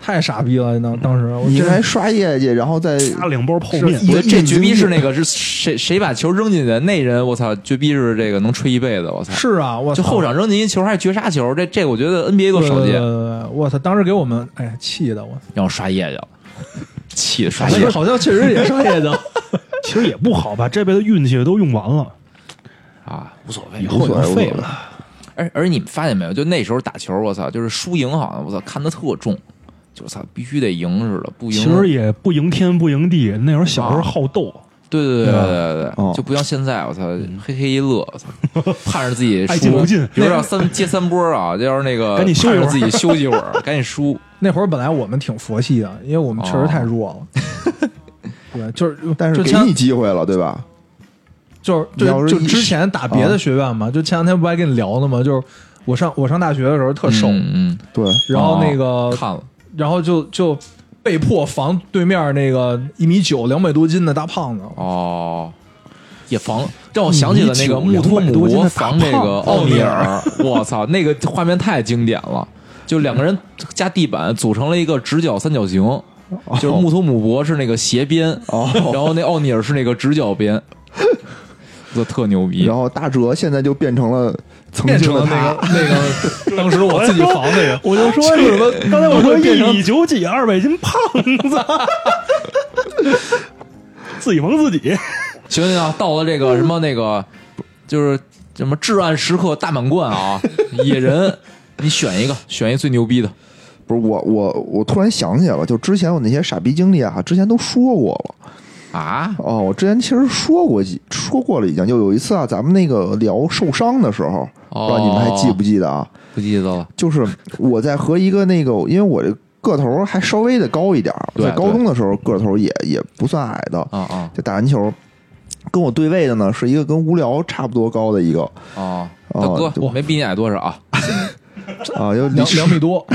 太傻逼了，当当时我
你
真
还刷业绩，然后再
加两包泡面
是，
我觉得这绝逼是
那
那个是谁谁把球扔进去的那人，我操，绝逼是这个能吹一辈子，我操！
是啊，我
就
操
后场扔进一球还是绝杀球，这这我觉得 NBA 都少
对对
见
对，对对我操，当时给我们哎呀气的我，
然后刷业绩了，气得刷
好
业
像
绩
好像确实也商业的，
其实也不好吧，这辈子运气都用完了，
啊，无所谓
以。后
无所谓
就废
无所谓
了。
而而你们发现没有，就那时候打球，我操，就是输赢好像我操看得特重，就操必须得赢似的，不赢
其实也不赢啊天不赢地，那时候小时候好斗，
对对对对对对
哦
对，就不像现在，我操，嘿嘿一乐，我操， 盼着自己
嗯爱进
输
不进
比如说要三接三波啊，要是那个
赶紧休息
盼着
会儿
自己休息一会儿，赶紧 输。
那会儿本来我们挺佛系的，因为我们确实太弱了。对，就是，
但是
就
给
像
你机会了，对吧？
就是
你要
就是就
一啊
之前打别的学院嘛，就前两天不还跟你聊呢吗？就是我上我上大学的时候特瘦，
嗯，
对，
然后那个、
呃
嗯看了，
然后就就被迫防对面那个一米九两百多斤的大胖子。
哦，也防让我想起了那个穆托
1.9多斤
姆
的大
防那个
胖
奥尼尔，我操，那个画面太经典了。就两个人加地板组成了一个直角三角形，就是穆
哦
托姆博是那个斜边， 然后那奥尼尔是那个直角边，就特牛逼
然。后大哲现在就变成 了曾
变
经
成
的
了
他
那，个那个，当时我自己防那个，我就说
这
什么？
刚才我说
变成
一米九几，二百斤胖子， 自己蒙自己。
行行行，到了这个什么那个，就是什么至暗时刻大满贯啊，野人，你选一个，选一最牛逼的。
不是我我我突然想起来了，就之前我那些傻逼经历啊，之前都说过了。
啊，
哦，我之前其实说过几说过了，已经就有一次啊，咱们那个聊受伤的时候，不知道你们还记
哦
不记得啊？
不记得了。
就是我在和一个那个，因为我这个头还稍微的高一点儿，
对
在高中的时候个头也也不算矮的，
啊啊
就打篮球。跟我对位的呢是一个跟无聊差不多高的一个
啊！大
哦
哥，
就
我没比你矮多少啊？
啊，有
两两米多，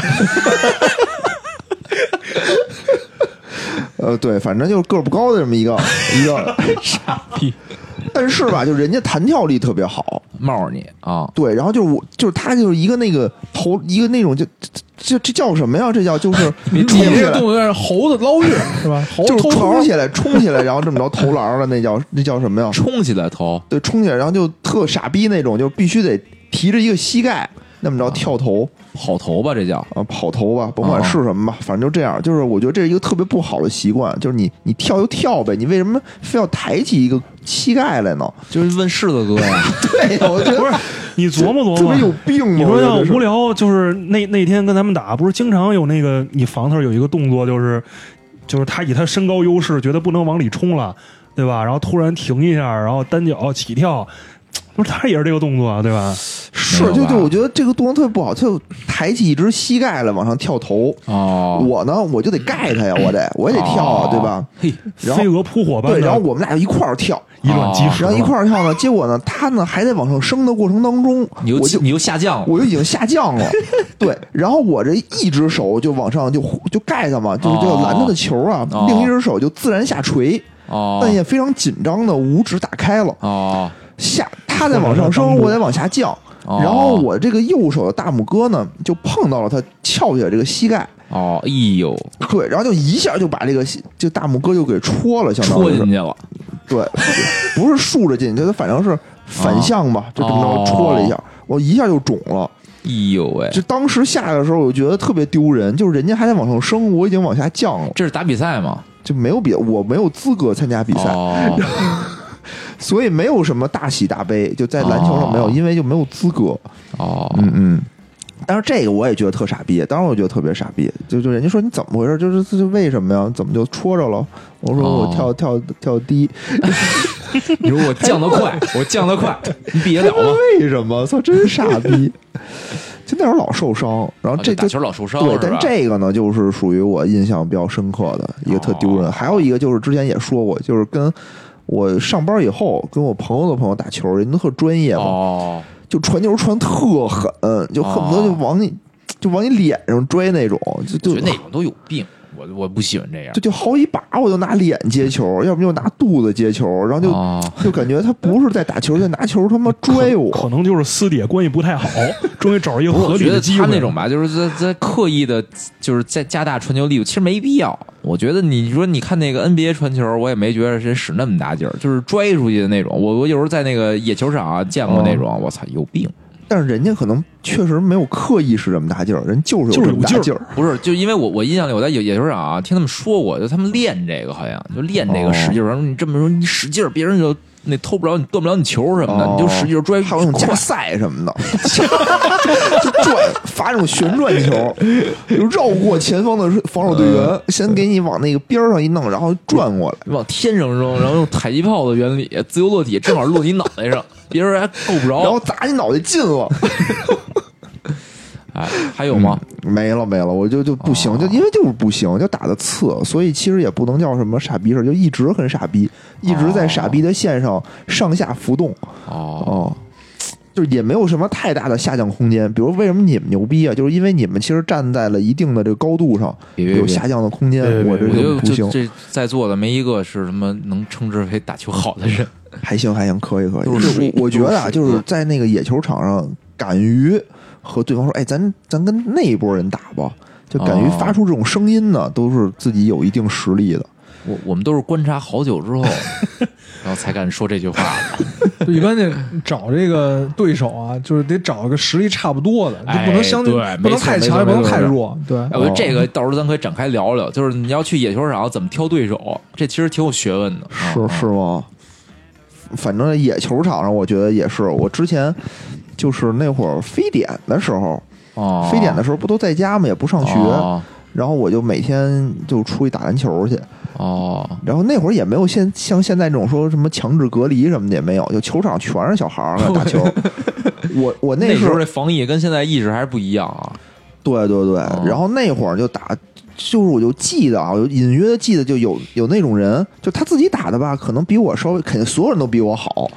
呃，对，反正就是个儿不高的这么一个一个傻
逼，
但是吧，就人家弹跳力特别好，
冒着你啊！
对，然后就是我就是他就是一个那个头一个那种就这这叫什么呀？这叫就是
你
冲
这
起
个
来
动，作有点猴子捞月是吧？猴子
就是
偷桃
冲起来冲起来，然后这么着投篮儿的那叫那叫什么呀？
冲起来投
对，冲起来，然后就特傻逼那种，就必须得提着一个膝盖那
啊
么着跳投
跑投吧，这叫
啊，跑投吧，甭管是什么吧，反正就这样。就是我觉得这是一个特别不好的习惯，就是你你跳就跳呗，你为什么非要抬起一个膝盖来呢？
就是问世子哥呀。
对呀，我觉得
你琢磨琢
特
磨
别，有病啊。
你说
我觉
要
得是
无聊，就是那那天跟咱们打，不是经常有那个你防他有一个动作，就是就是他以他身高优势，觉得不能往里冲了，对吧？然后突然停一下，然后单脚起跳，不是他也是这个动作，对吧？
是，
那
就
种吧
就我觉得这个动作特别不好，他就抬起一只膝盖来往上跳投。
啊
哦，
我呢，我就得盖他呀，我得我也得跳啊，
哦
对吧？
嘿，
然后
飞蛾扑火般的
对，然后我们俩就一块儿跳，
以卵击石
然后
了，
一块儿跳呢，结果呢，他呢还在往上升的过程当中，
你又
我就
你又下降了，
我就已经下降了，对，然后我这一只手就往上就就盖他嘛，就就
哦
拦他的球啊，
哦
另一只手就自然下垂，
哦
但也非常紧张的五指打开了，
哦
下他在往上升，我得往下降，
哦
然后我这个右手的大拇哥呢就碰到了他翘起来这个膝盖，
哦，哎呦，
对，然后就一下就把这个膝就大拇哥就给戳了，相当
戳
于是
进去了，
对，不是竖着进去，他反正是反向
哦
吧，就这么着戳了一下，我一下就肿了。
哎呦喂，
就当时下来的时候，我觉得特别丢人，就是人家还在往上升，我已经往下降了，
这是打比赛吗？
就没有比我没有资格参加比赛，
哦
所以没有什么大喜大悲，就在篮球上没有，
哦
因为就没有资格。
哦
嗯嗯。但是这个我也觉得特傻逼，当时我觉得特别傻逼，就就人家说你怎么回事，就是这为什么呀？怎么就戳着了？我说我
哦
跳、跳跳低，
你说我降得快，我降得快，你
哎
比得了吗？
为什么？操，真傻 逼！就那会儿老受伤， 然后
啊
这
就打
就
球老受伤
对
是，吧
但这个呢，就是属于我印象比较深刻的一个特丢人。
哦
还有一个就是之前也说过，就是跟我上班以后跟我朋友的朋友打球，人都特专业嘛，
哦
就传球传特狠，就恨不得就往你、就往你脸上追那种，就就
我觉得那种都有病，我我不喜欢这样
就。就好几把我就拿脸接球，要不就拿肚子接球，然后就、
哦
就感觉他不是在打球，在拿球他妈追我。
可能就是私底下关系不太 好，终于找一个
不是，
合
我
理
觉
的
得
机
他
会。
那种吧，就是在在刻意的，就是在加大传球力度，其实没必要。我觉得你说，你看那个 NBA 传球，我也没觉得谁使那么大劲儿，就是拽出去的那种。我我有时候在那个野球场啊见过那
哦
种，我操，有病！
但是人家可能确实没有刻意使这么大劲儿，人就是有这么大
就是
劲
有劲
儿。
不是，就因为我我印象里我在野野球场啊听他们说过，就他们练这个，好像就练这
哦
个使劲儿。然后你这么说，你使劲儿，别人就那偷不着你，断不了你球什么的，
哦
你就使劲儿拽，
还有那种加
快
赛什么的，就转发这种旋转球，就绕过前方的防守队
嗯
员，先给你往那个边儿上一弄，然后转过来。
往天上扔，然后用迫击炮的原理自由落体，正好落你脑袋上，别人还够不着。
然后砸你脑袋进 了，
哎，还有吗？
没了没了，我就就不行，
哦
就因为就是不行，就打的次，所以其实也不能叫什么傻逼事儿，就一直很傻逼，一直在傻逼的线上上下浮动。
哦，
哦，就是也没有什么太大的下降空间。比如为什么你们牛逼啊？就是因为你们其实站在了一定的这个高度上，
别别
有
别
下降的空间
别别，别
我这
我觉
就
得
不
就
行。
这在座的没一个是什么能称之为打球好的人。
还行还行，可以可以。
都
就是是
水
我我觉得啊，
都
就是
水
是在那个野球场上，敢于和对方说，哎，咱咱跟那一波人打吧。就敢于
哦
发出这种声音呢，都是自己有一定实力的。
我我们都是观察好 久之后，然后才敢说这句话的。
就一般得找这个对手啊，就是得找个实力差不多的，就不能相
哎对
不能太强，也不能
没错没错
太弱。对，
哎我
哦
觉得这个到时候咱可以展开聊聊，就是你要去野球场怎么挑对手，这其实挺有学问的。
是
嗯
是吗？反正野球场上，我觉得也是。我之前就是那会儿非典的时候，
哦，
非典的时候不都在家嘛，也不上学，
哦
然后我就每天就出去打篮球去。
哦
然后那会儿也没有现像现在这种说什么强制隔离什么的也没有，就球场全是小孩儿在打 球。我我
那
时
时候这防疫跟现在意识还是不一样啊。
对对对，
哦
然后那会儿就打，就是我就记得啊，我就隐约的记得就有有那种人，就他自己打的吧，可能比我稍微，肯定所有人都比我好，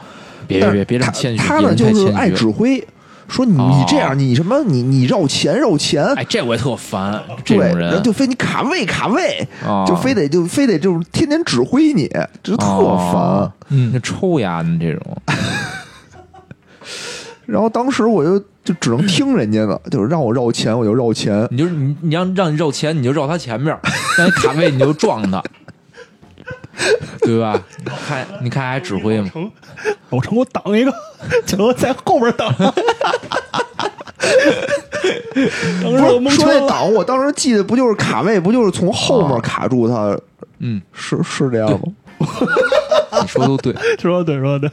别
但
别
是
别别这么
他
谦虚，
他
别
呢
人
就
太
是
谦
爱
虚
指
了。
挥，说你你这
哦
样，你什么你你绕前绕前，
哎，这我也特烦
对，
这种
然后
人
就，非你卡位卡位，
哦
就非得就非得就是天天指挥你，这特烦
哦。
嗯
那，抽呀，你这种。
然后当时我就就只能听人家的，就是让我绕前我就绕前，
你就是你，你让让你绕前，你就绕他前面儿；让你卡位，你就撞他，对吧？看，你看还指挥吗？
成，老成给我挡一个，就在后边 挡。当
不
时我
是
蒙
说
圈
那
了，
挡，我当时记得不就是卡位，不就是从后面卡住他？
啊嗯，
是是这样吗？
你说都对，
说对说对，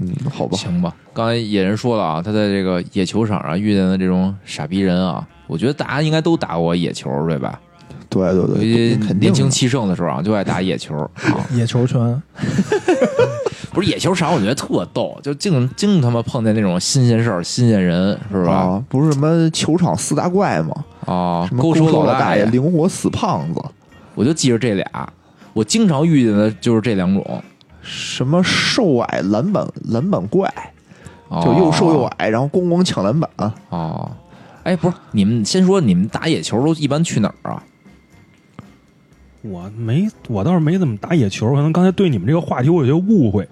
嗯，好吧，
行吧。刚才野人说了啊，他在这个野球场上遇见的这种傻逼人啊，我觉得大家应该都打过野球，对吧？
对对
尤
对，
其
肯定
年轻
的
气盛的时候啊，就爱打野球。啊
野球拳，
不是野球场，我觉得特逗，就净净他妈碰见那种新鲜事儿、新鲜人，是吧？
啊，不是什么球场四大怪吗？
啊，
什么
勾
勾
手
手老
大
爷、
爷，
灵活死胖子，
我就记着这俩，我经常遇见的就是这两种，
什么瘦矮篮板篮板怪，
哦
就又瘦又矮，然后咣咣抢篮板。啊
哦。哎，不是，你们先说你们打野球都一般去哪儿啊？
我没，我倒是没怎么打野球，可能刚才对你们这个话题我有些误会，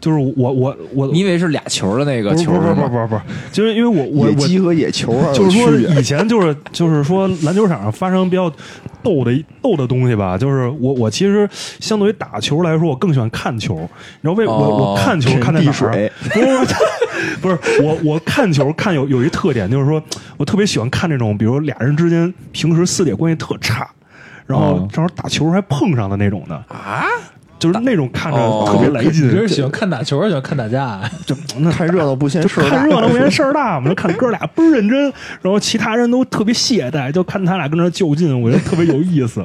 就是我我我，
你以为是俩球的那个
不是
球
不是
是
不
吗？
是不是不是，就是因为我我
野
我
鸡和野球啊，
就是
有
说
区别
以前就是就是说篮球场上发生比较逗的逗的东西吧，就是我我其实相对于打球来说，我更喜欢看球。然后为我、
哦
我看球
平
看在
地
哪儿啊
水？
不是不是不是我我看球看有有一特点，就是说我特别喜欢看这种，比如俩人之间平时私底下关系特差，然后
哦
正好打球还碰上的那种的啊。就是那种看着
哦
特别来劲
你，这是喜欢看打球，还是喜欢看打架啊？
就那
看热闹不嫌
就
事儿大
看热闹不嫌事儿大嘛，就看哥俩倍儿认真，然后其他人都特别懈怠，就看他俩跟那儿较劲，我觉得特别有意 思。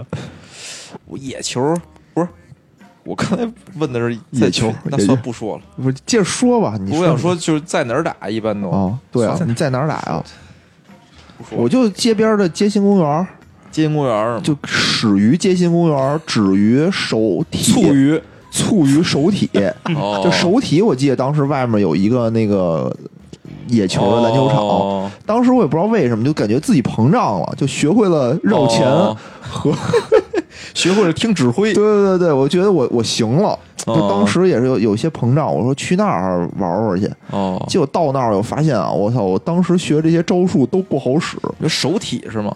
我野球不是，我刚才问的是
野在球那野算球
不说了。
不是接着说吧，你
就是在哪儿打，一般都
啊，对啊
算，
你在哪儿打呀？
不说
我就街边的街心公园，
街心公园
就始于街心公园，止于手体，
鱼
蹴于手体。
哦
就手体，我记得当时外面有一个那个野球的篮球场，
哦
当时我也不知道为什么，就感觉自己膨胀了，就学会了绕前
哦
和。
学会了听指挥
对对对对，我觉得我我行了，就
哦
当时也是有有些膨胀，我说去那儿玩玩去，
哦，
结果到那儿我发现啊，我操，我当时学这些招数都不好使。
有手体是吗？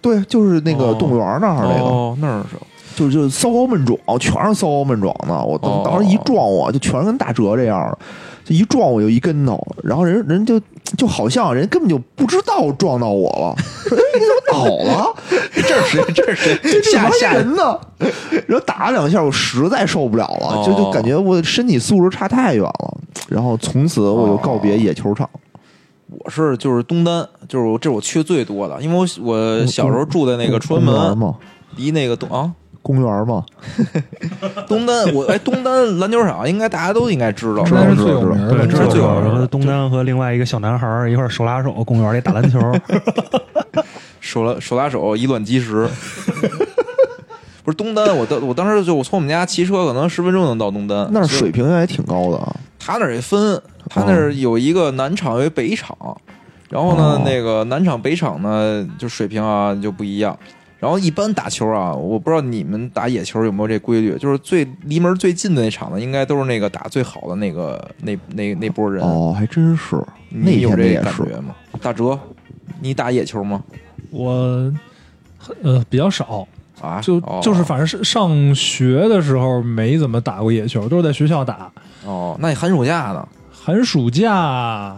对，就是那个
哦
动物园那儿那个，
哦，那儿是
就就骚高闷壮，全是骚高闷壮的。我
哦
当当时一撞我就全是跟大哲这样的，就一撞我就一跟头，然后人人就就好像人根本就不知道撞到我了， 说哎你怎么倒了？
这 是谁？这是谁？
这
吓
玩
吓
人呢？然后打了两下，我实在受不了了，
哦
就就感觉我身体素质差太远了。然后从此我就告别野球场。
我是就是东单，就是我这是我去的最多的，因为我我小时候住在那个崇文
公园
门，
嘛，
离那个东啊
公园嘛，
东单，我哎东单篮球场应该大家都应该知道，
知道
那是最有名的，
知道
这
知
有
道
什么东单和另外一个小男孩儿一块儿手拉手，公园里打篮球。
手拉手拉手以卵击石。不是东单，我当我当时就我从我们家骑车可能十分钟能到东单，
那儿
所以
水平也挺高的啊。
他那儿也分，他那儿有一个南场，有一北场。然后呢
哦，
那个南场、北场呢，就水平啊就不一样。然后一般打球啊，我不知道你们打野球有没有这规律，就是最离门最近的那场呢，应该都是那个打最好的那个那那那波人。
哦，还真是。那
你有
天的
这
也
感
是，
觉吗？大哲，你打野球吗？
我呃比较少，
啊，
就
哦
就是反正是上学的时候没怎么打过野球，都是在学校打。
哦，那你寒暑假呢？
寒暑假，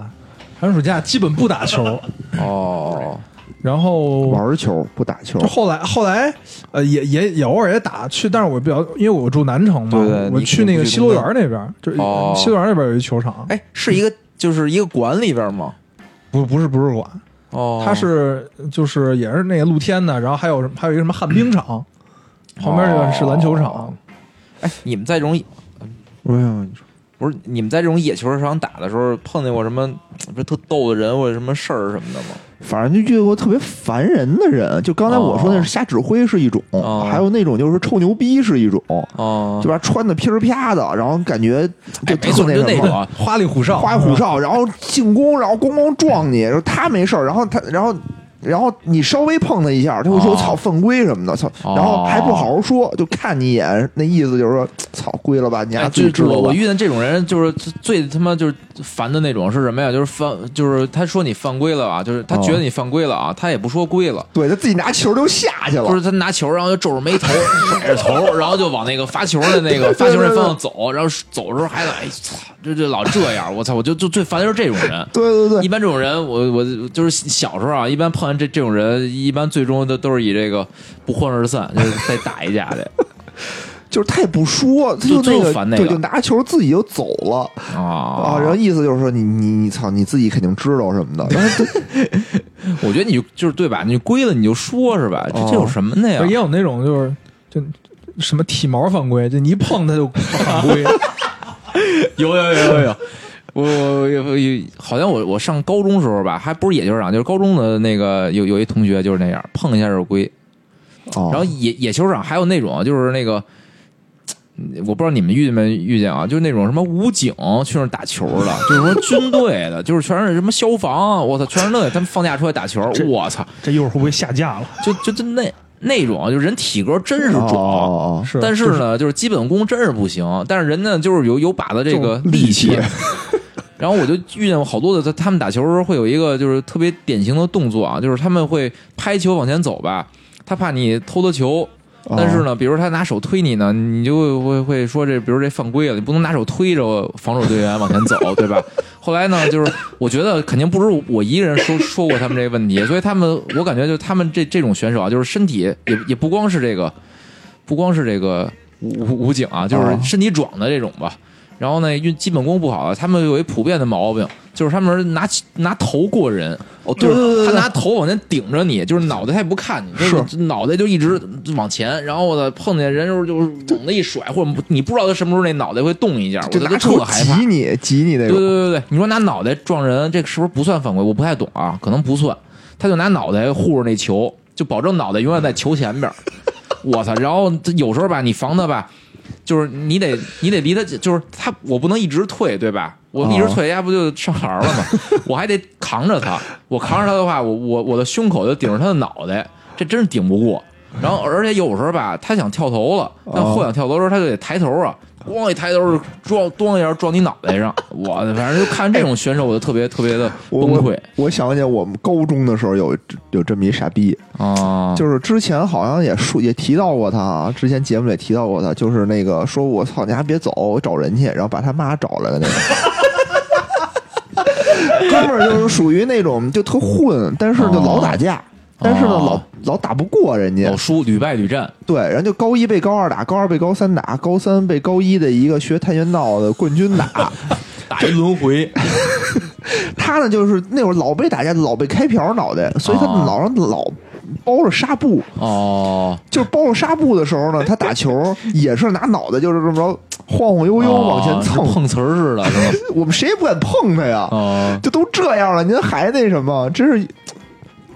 寒暑假基本不打球，
哦，
然后
玩球不打球
嗯
就，后来后来呃也也也偶尔也打去，但是我比较因为我住南城嘛，
对对
我
你
去那个
你不去
西罗园那边，就是
哦
西罗园那边有一球场，
哎，是一个就是一个馆里边吗？
不不是不是馆，
哦，
它是就是也是那个露天的，然后还有什么还有一个什么旱冰场，旁边那个是篮球场
哦。哎，你们在这种哎
没有你说
不是你们在这种野球场打的时候碰见过什么不是特逗的人或者什么事儿什么的吗？
反正就遇过特别烦人的人。啊就刚才我说那是瞎指挥是一种，
哦
还有那种就是臭牛逼是一种，
哦
对吧？穿的噼里啪的，然后感觉就
哎没
特
错
那
就那
什么。
种
花里胡哨，
花里胡
嗯
哨，然后进攻，然后咣咣撞你，然后他没事儿，然后他，然后。然后你稍微碰他一下，他会说“
哦
操，犯规什么的”，操，
哦
然后还不好好说，就看你一眼，那意思就是说“操，归了吧，你
哎
丫自己
就是
知道
我
吧
我遇见这种人，就是最他妈就是烦的那种是什么呀？就是犯，就是他说你犯规了啊，就是他
哦
觉得你犯规了啊，他也不说规了，”，
对他自己拿球就下去了
不，是他拿球，然后就皱 着眉头，甩着头，然后就往那个发球的那个发球那方向走，然后走的时候还老哎操，就就老这样，我操，我就就最烦的就是这种人。
对对对
一，般这种人，我我就是小时候啊，一般碰见这这种人，一般最终都都是以这个不欢而散，就是再打一架 的
就是他也不说，他就
就
那
就烦那
对，
个
就拿球自己就走了
啊
啊，然后意思就是说你你你操，你自己肯定知道什 么的，然后
我觉得你就就是对吧？你就归了你就说是吧？这
哦
这有什么的呀
不是？也有那 种就是就什么体毛犯规，就你一碰他就犯规，
有有有有 有，我我有有好像我我上高中时候吧，还不是野球场，就是高中的那个有有一同学就是那样，碰一下就归。
哦，
然后野野球场还有那种就是那个，嗯我不知道你们遇没遇见啊，就是那种什么武警去那儿打球的，就是说军队的，就是全是什么消防，我操，全是那他们放假出来打球，我操，
这一会儿会不会下架了？
就就就那那种，就人体格真是
哦
壮。
哦哦
是，
但是呢，就是基本功真是不行，但是人呢，就是有有把子这个
就力
力气
气。
然后我就遇见过好多的，他他们打球的时候会有一个就是特别典型的动作啊，就是他们会拍球往前走吧，他怕你偷的球。
哦
但是呢，比如他拿手推你呢，你就会会会说这，比如这犯规了，你不能拿手推着防守队员往前 走，对吧？后来呢，就是我觉得肯定不是我一个人说说过他们这个问题，所以他们我感觉就他们这这种选手啊，就是身体也也不光是这个，不光是这个武武武警啊，就是
哦
身体壮的这种吧。然后呢，运基本功不好啊，他们有一普遍的毛病，就是他们拿拿头过人，
哦，
就
对对
是
对
他
对，
拿头往前顶着你，就是脑袋他也不看你，就是脑袋就一直往前，然后我呢碰见人就是就是猛的一甩，或者你不知道他什么时候那脑袋会动一下，我
就
就
拿
特
手
害怕
挤。你挤你那
对对
种，
对对，你说拿脑袋撞人，这个是不是不算犯规？我不太懂啊，可能不算。他就拿脑袋护着那球，就保证脑袋永远在球前 边儿。我操！然后他有时候吧，你防他吧，就是你得你得离他，就是他，我不能一直退，对吧？我一直退，
哦
人家不就上篮了 吗？我还得扛着他，我扛着他的话，我我我的胸口就顶着他的脑袋，这真是顶不过。然后而且有时候吧，他想跳投了，
哦
但后想跳投的时候，他就得抬头啊，咣一抬头就撞咣一下撞你脑袋上。我反正就看这种选手，我就特别特别的崩
我
溃
我我想起我们高中的时候有有这么一傻逼，
啊！
就是之前好像也说也提到过他啊，之前节目也提到过他，就是那个说我操你还别走，我找人去，然后把他妈找来的那个。 哥们儿就是属于那种就特混，但是就老打架，但是呢
哦
老老打不过人家
老，输屡败屡战，
对，然后就高一被高二打，高二被高三打，高三被高一的一个学跆拳道的冠军打，
打一轮 回。
他呢就是那会儿老被打架，老被开瓢脑袋，所以他
哦
脑上老包着纱布，
哦，
就是包着纱布的时候呢，他打 球也是拿脑袋就是这么着晃晃悠悠往前蹭
哦，碰瓷儿似的， 是吧？
我们谁也不敢碰他呀，
哦
就都这样了，您还那什么，真是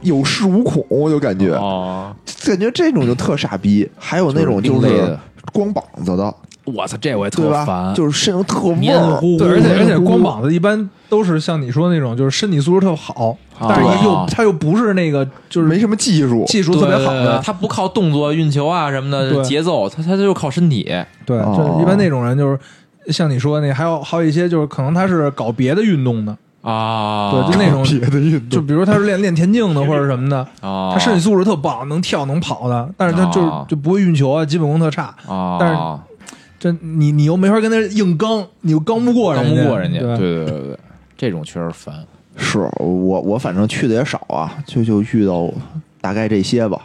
有恃无恐，我就感觉，
哦，
感觉这种就特傻逼，还有那种
就是
就
另类
是
的
光膀子的，
我操，这我也
对
特
吧？
烦，
就是身上特味
黏
儿
糊，糊
对，而且而且
嗯
光膀子一般都是像你说那种，就是身体素质特好，
啊
但是又
啊
他又不是那个就是
没什么技术，
技术
对
特别好
对
的
对，他不靠动作、运球啊什么的
对
节奏，他他就靠身体。
对，
哦
就是一般那种人就是像你说的那，还有还有一些就是可能他是搞别的运动的，
啊，
对，哦就那种
别的运
就
动。
比如他是练练田径的或者什么的，
啊，
他身体素质特棒，能跳能跑的，但是他就是
哦
就不会运球啊，基本功特差。
啊，
但是这你你又没法跟他硬刚，你又刚不过人
刚
家，
不过人家，
对
对对对对，这种确实烦。
是我我反正去的也少啊，就就遇到大概这些吧。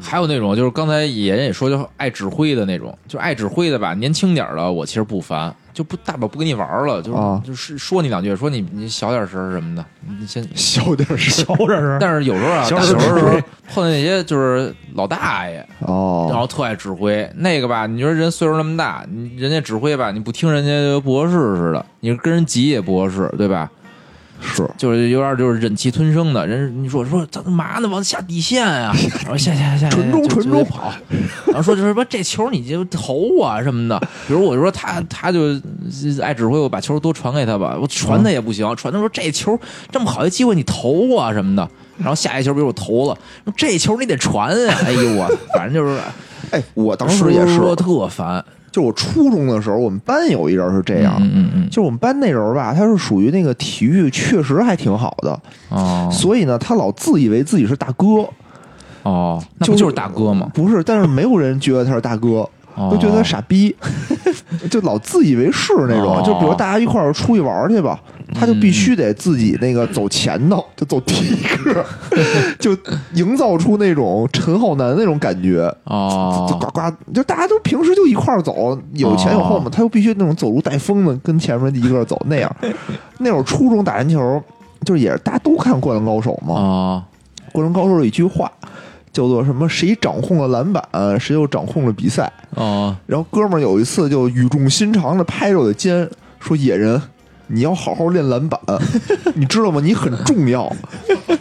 还有那种就是刚才野人也说，就爱指挥的那种，就爱指挥的吧。年轻点儿的我其实不烦，就不大不了不跟你玩儿了，就是、
啊
就是说你两句，说你你小点声儿什么的，你先
小点声
瞧着是，
但是有时候啊，
小
打
时
球
候
的时候
指挥
碰见那些就是老大爷，然
哦，
后特爱指挥那个吧，你说人岁数那么大，你人家指挥吧，你不听人家就不合适似的，你跟人急也不合适，对吧？
是
就是有点就是忍气吞声的人，你说说咱干嘛呢？往下底 线啊，然后下下下下
纯中
就
纯
就
中
得跑，然后说就是说这球你就投啊什么的。比如我就说他他就爱指挥我把球多传给他吧，我
嗯
传他也不行，传他说这球这么好一机会你投啊什么的。然后下一球，比如我投了，这球你得传啊！哎呦我，反正就是
哎，我当时也是，
说特烦，
就我初中的时候，我们班有一人是这样，
嗯嗯嗯
就是我们班那人吧，他是属于那个体育确实还挺好的，
哦
所以呢，他老自以为自己是大哥，
哦，那不就是大哥吗？
不是，但是没有人觉得他是大哥。
哦
都觉得他傻逼， 就老自以为是那种。
哦
就比如大家一块儿出去玩儿去吧，他就必须得自己那个走前
嗯
头，就走第一 个，就营造出那种陈浩南那种感觉。就
哦
呱呱，就大家都平时就一块儿走，有前有
哦
后嘛，他又必须那种走路带风的，跟前面一个走那 样。那会儿初中打篮球，就是也是大家都看《灌篮高手》嘛，
哦
《灌篮高手》有一句话叫做什么“谁掌控了篮板，谁就掌控了比赛”。
哦
然后哥们儿有一次就语重心长的拍着我的肩说野人，你要好好练篮板，你知道吗？你很重要，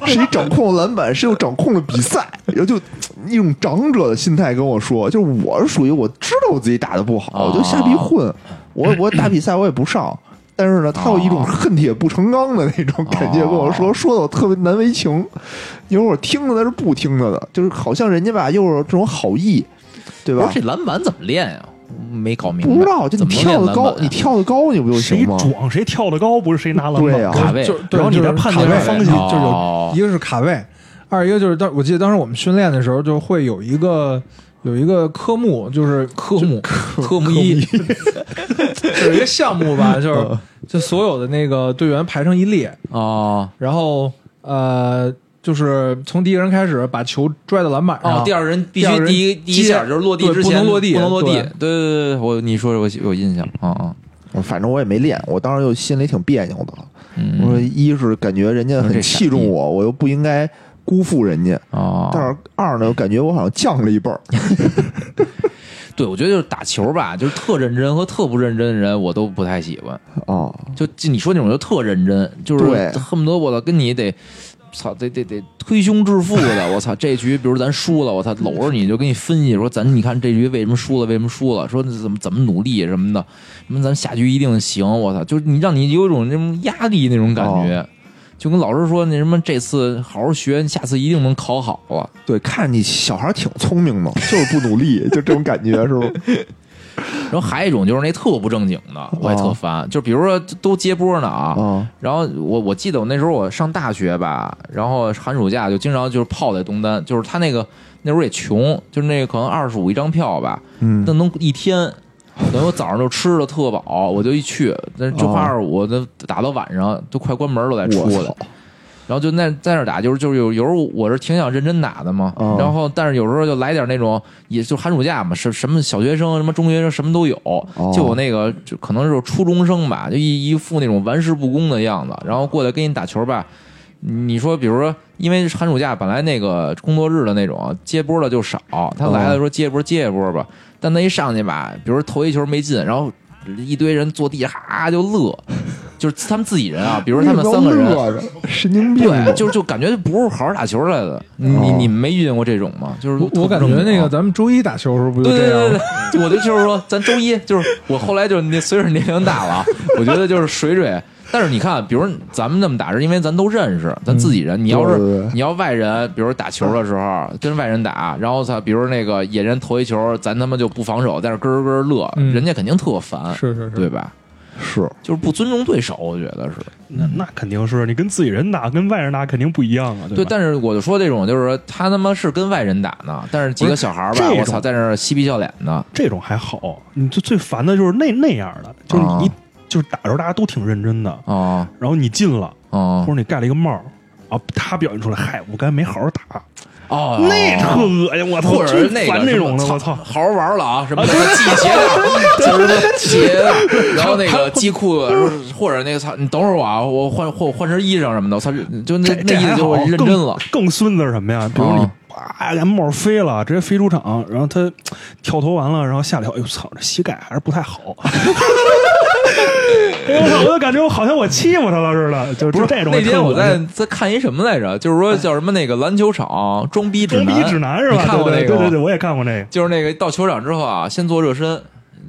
谁掌控了篮板，谁又掌控了比赛，然后就一种长者的心态跟我说，就是我是属于我知道我自己打的不好，我就瞎逼混，我我打比赛我也不上。但是呢，他有一种恨铁不成钢的那种感觉，跟我说，说的我特别难为情。因为我听着他是不听着的，就是好像人家吧，又是这种好意，对
不
吧
是？这篮板怎么练呀？没搞明白。
不知道，就你
怎么能
跳
练
的
篮板
高
啊，
你跳的高，你不就
谁
行吗？
壮谁跳得高，不是谁拿篮板。
对呀
卡位
就
然后你
的
再判断方向
就是
哦
有一个是卡位，二一个就是当我记得当时我们训练的时候就会有一个有一个科目，就是
科目 科目一
有一个项目 吧，
嗯
就是就所有的那个队员排成一列，
哦
然后呃，就是从第一个人开始把球拽到篮板上，
哦，第二人必
第二
须
人
第一第一下
接
就是落地
对
之
不
前
能落地
不能落地。
对
对对对，对我你说的我有印象啊啊，
反正我也没练，我当时就心里挺别扭的。
嗯
我说，一是感觉人家很器重我，我又不应该辜负人家；
哦，
但是二呢，我感觉我好像降了一辈儿。
对，我觉得就是打球吧，就是特认真和特不认真的人，我都不太喜欢。
哦，
就就你说那种就特认真，就是
对
恨不得我操跟你得，操得得得推胸置腹的，我操这局比如咱输了，我操搂着你就给你分析说咱你看这局为什么输了，为什么输了，说怎么怎么努力什么的，什么咱们下局一定行，我操就是你让你有一种那种压力那种感觉。
哦
就跟老师说，那什么，这次好好学，你下次一定能考好了。
对，看你小孩挺聪明的，就是不努力，就这种感觉是 吧？
然后还有一种就是那特不正经的，我也特
哦
烦。就比如说都接波呢啊，
啊，
然后我我记得我那时候我上大学吧，然后寒暑假就经常就是泡在东单，就是他那个那时候也穷，就是那个可能二十五一张票吧，
嗯
那能一天。等我早上就吃的特饱，我就一去，那就花
哦
二十五，那打到晚上都快关门了才出
我
来
操。
然后就那在那儿打，就是就是有有时候我是挺想认真打的嘛，
哦
然后但是有时候就来点那种，也就寒暑假嘛，什什么小学生、什么中学生什么都有，就我那个就可能就是初中生吧，就一一副那种玩世不恭的样子，然后过来跟你打球吧。你说，比如说，因为寒暑假本来那个工作日的那种接波的就少，他来了说接一波接一波吧，但那一上去吧，比如头一球没进，然后一堆人坐地下哈就乐，就是他们自己人啊，比如他们三个 人，
乐着，神经病吧。
嗯
对，就是就感觉不是好好打球来的。你你你们没遇见过这种吗？就是
我我感觉那个咱们周一打球的时候不就
啊对
这
对
样吗？
对对，我就就是说，咱周一就是我后来就是那随着年龄大了啊，我觉得就是水水。但是你看，比如咱们那么打，是因为咱都认识，咱自己
嗯
人。你要是
对对对
你要外人，比如打球的时候跟外人打，然后他比如那个野人投一球，咱他妈就不防守，在那咯咯咯乐，
嗯
人家肯定特烦，
是是是
对吧？
是
就是不尊重对手，我觉得是。
那那肯定是你跟自己人打，跟外人打肯定不一样啊，
对，
吧？
但是我就说这种，就是说他他妈是跟外人打呢，但是几个小孩儿
不是
吧，
这种
我操，在那儿嬉皮笑脸的，
这种还好，你最最烦的就是那那样的，就是你、
啊
就是打的时候大家都挺认真的，
啊
然后你进了，
啊
或者你盖了一个帽儿啊，他表现出来，嗨，我刚才没好好打，
哦，
那特恶心，我操，
或者是
最
那
烦
个
那
什
种
么
的，
操
我操。
好好玩了啊，什么什么系鞋带， 就是什么系鞋带，然后那个系裤子，或者那个操，你等会儿我啊，我换换换身衣裳什么的，我操，就那
这
那
这
意
还
思就
好
我认真了，
更更孙子是什么呀？比如你
啊
啪，人帽飞了，直接飞出场，然后他跳投完了，然后下了一跳，哎呦操，这膝盖还是不太好。 哎呦我操，我就感觉我好像我欺负他了似的，就就这种
那
特
天我
恶心
在在看一什么来着，就是说叫什么那个篮球场装逼指
装逼指南是吧？
你看过那
对
个
对对
吗
对对，我也看过那个。
就是那个到球场之后啊，先做热身，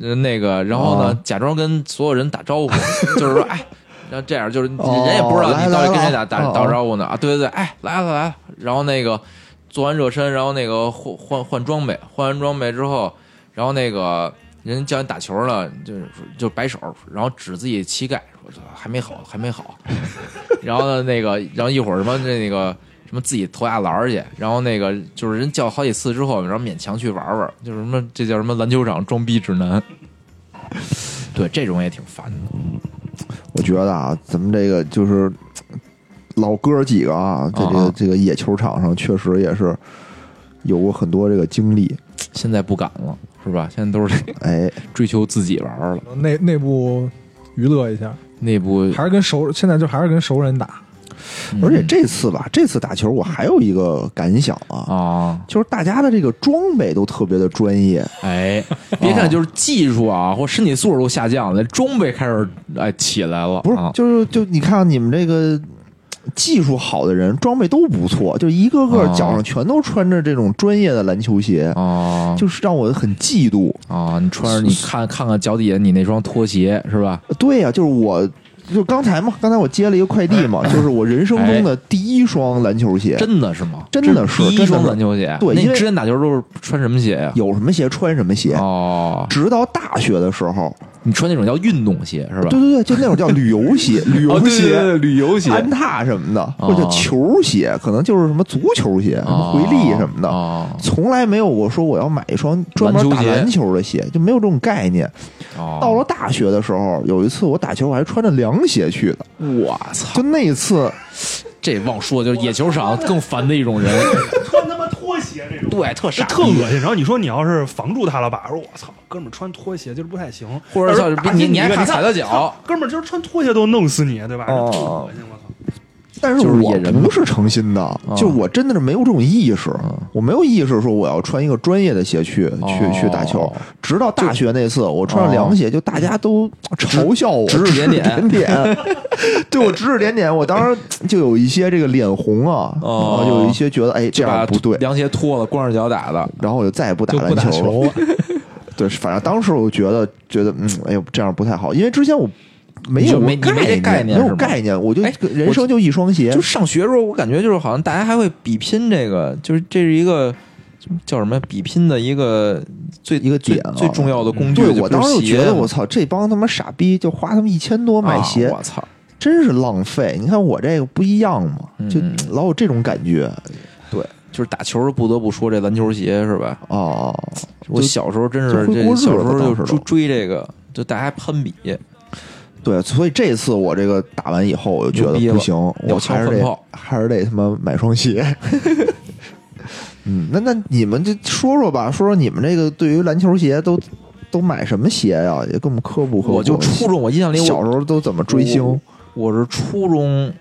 呃那个然后
哦
呢，假装跟所有人打招呼， 就是说哎。然后这样就是
哦
人也不知道
来
你到底
来
跟谁
了
打
啊
打
哦
打招呼呢啊！对对对，哎，来了来了。然后那个做完热身，然后那个换换换装备，换完装备之后，然后那个人教你打球呢，就是就摆手，然后指自己膝盖，说还没好，还没好。 然后呢，那个，然后一会儿什么那个什么自己投下篮儿去，然后那个就是人叫好几次之后，然后勉强去玩玩，就是什么这叫什么篮球场装逼指南。 对，这种也挺烦的。
我觉得啊，咱们这个就是老哥几个啊，在这
啊
个
啊
这个野球场上，确实也是有过很多这个经历。
现在不敢了，是吧？现在都是
哎，
追求自己玩儿了。
内内部娱乐一下，
内部
还是跟熟，现在就还是跟熟人打，
嗯
而且这次吧，这次打球我还有一个感想啊，
啊，
就是大家的这个装备都特别的专业，
哎，别看就是技术啊或身体素质都下降了，装备开始哎起来了，
不是
啊，
就是就你看你们这个技术好的人，装备都不错，就一个个
啊
脚上全都穿着这种专业的篮球鞋，
啊
就是让我很嫉妒。
啊，你穿着你看看看脚底下你那双拖鞋是吧？
对呀、就是我。就刚才嘛，刚才我接了一个快递嘛，就是我人生中的第一双篮球鞋，
哎真的是吗？
真的是
这第
真的
一双
是
篮球鞋。
对
那你
因为
之前打球都是穿什么鞋呀？
有什么鞋穿什么鞋。
哦，
直到大学的时候，
你穿那种叫运动鞋是吧？
对对对，就那种叫旅游 鞋、旅
哦
游
对对
鞋、
对旅游鞋
安踏什么的，或者叫球鞋，可能就是什么足球鞋、什么
哦
回力什么的。
哦
从来没有我说我要买一双专门打篮球的鞋，就没有这种概念。
哦
到了大学的时候，有一次我打球，我还穿着凉鞋去的。
我操，
就那一次，
这忘说，就是野球场更烦的一种人，
穿他妈拖鞋这种，
对，特傻逼，
特恶心。然后你说你要是防住他了吧，说我操，哥们儿穿拖鞋就是不太行，
或者
到时候
像
打
你
进
你还
一个
怕踩到脚
操，哥们儿就是穿拖鞋都弄死你，对吧？
哦
特恶心，我操！
但是
就是
我
野人嘛啊嗯
不是诚心的，就是我真的是没有这种意识，我没有意识说我要穿一个专业的鞋去
哦
去去打球。直到大学那次，我穿上凉鞋，就大家都呃嘲笑我，
指指点点
指指点点 对我指指点点，我当时就有一些这个脸红啊，
哦
然后就有一些觉得哎这
就把
样不对，
凉鞋脱了，光着脚打的。
然后我就再也不打
就不
篮
打
球
球
了
了。
对，反正当时我觉得觉得嗯，哎呦这样不太好，因为之前我。没
你就
有
没
概
你没这概念
没
是
有
吗
概念，我就
哎
人
我
生就一双鞋，
就上学的时候，我感觉就是好像大家还会比拼这个，就是这是一个叫什么比拼的一个最
一个
最
点啊
最重要的工具。
对
就
我
不是
当时就
鞋
觉得，
嘛
我操，这帮他妈傻逼就花他妈一千多买鞋，
啊我操！
真是浪费。你看我这个不一样嘛，就
嗯
老有这种感觉。
就是打球不得不说这篮球鞋是吧？
哦，
我
就
小时候真
就是会
这
过日子
小时候
当
就
时
追
都
追这个，就大家攀比，
对，所以这次我这个打完以后，我就觉
牛逼
得
了
不行，我
要敲
还是
粪
得
炮
还是得他妈买双鞋。 嗯，那那你们就说说吧，说说你们这个对于篮球鞋都都买什么鞋呀、也给我们科普科普。
我就初中，我印象里我
小时候都怎么追星？
我我是初中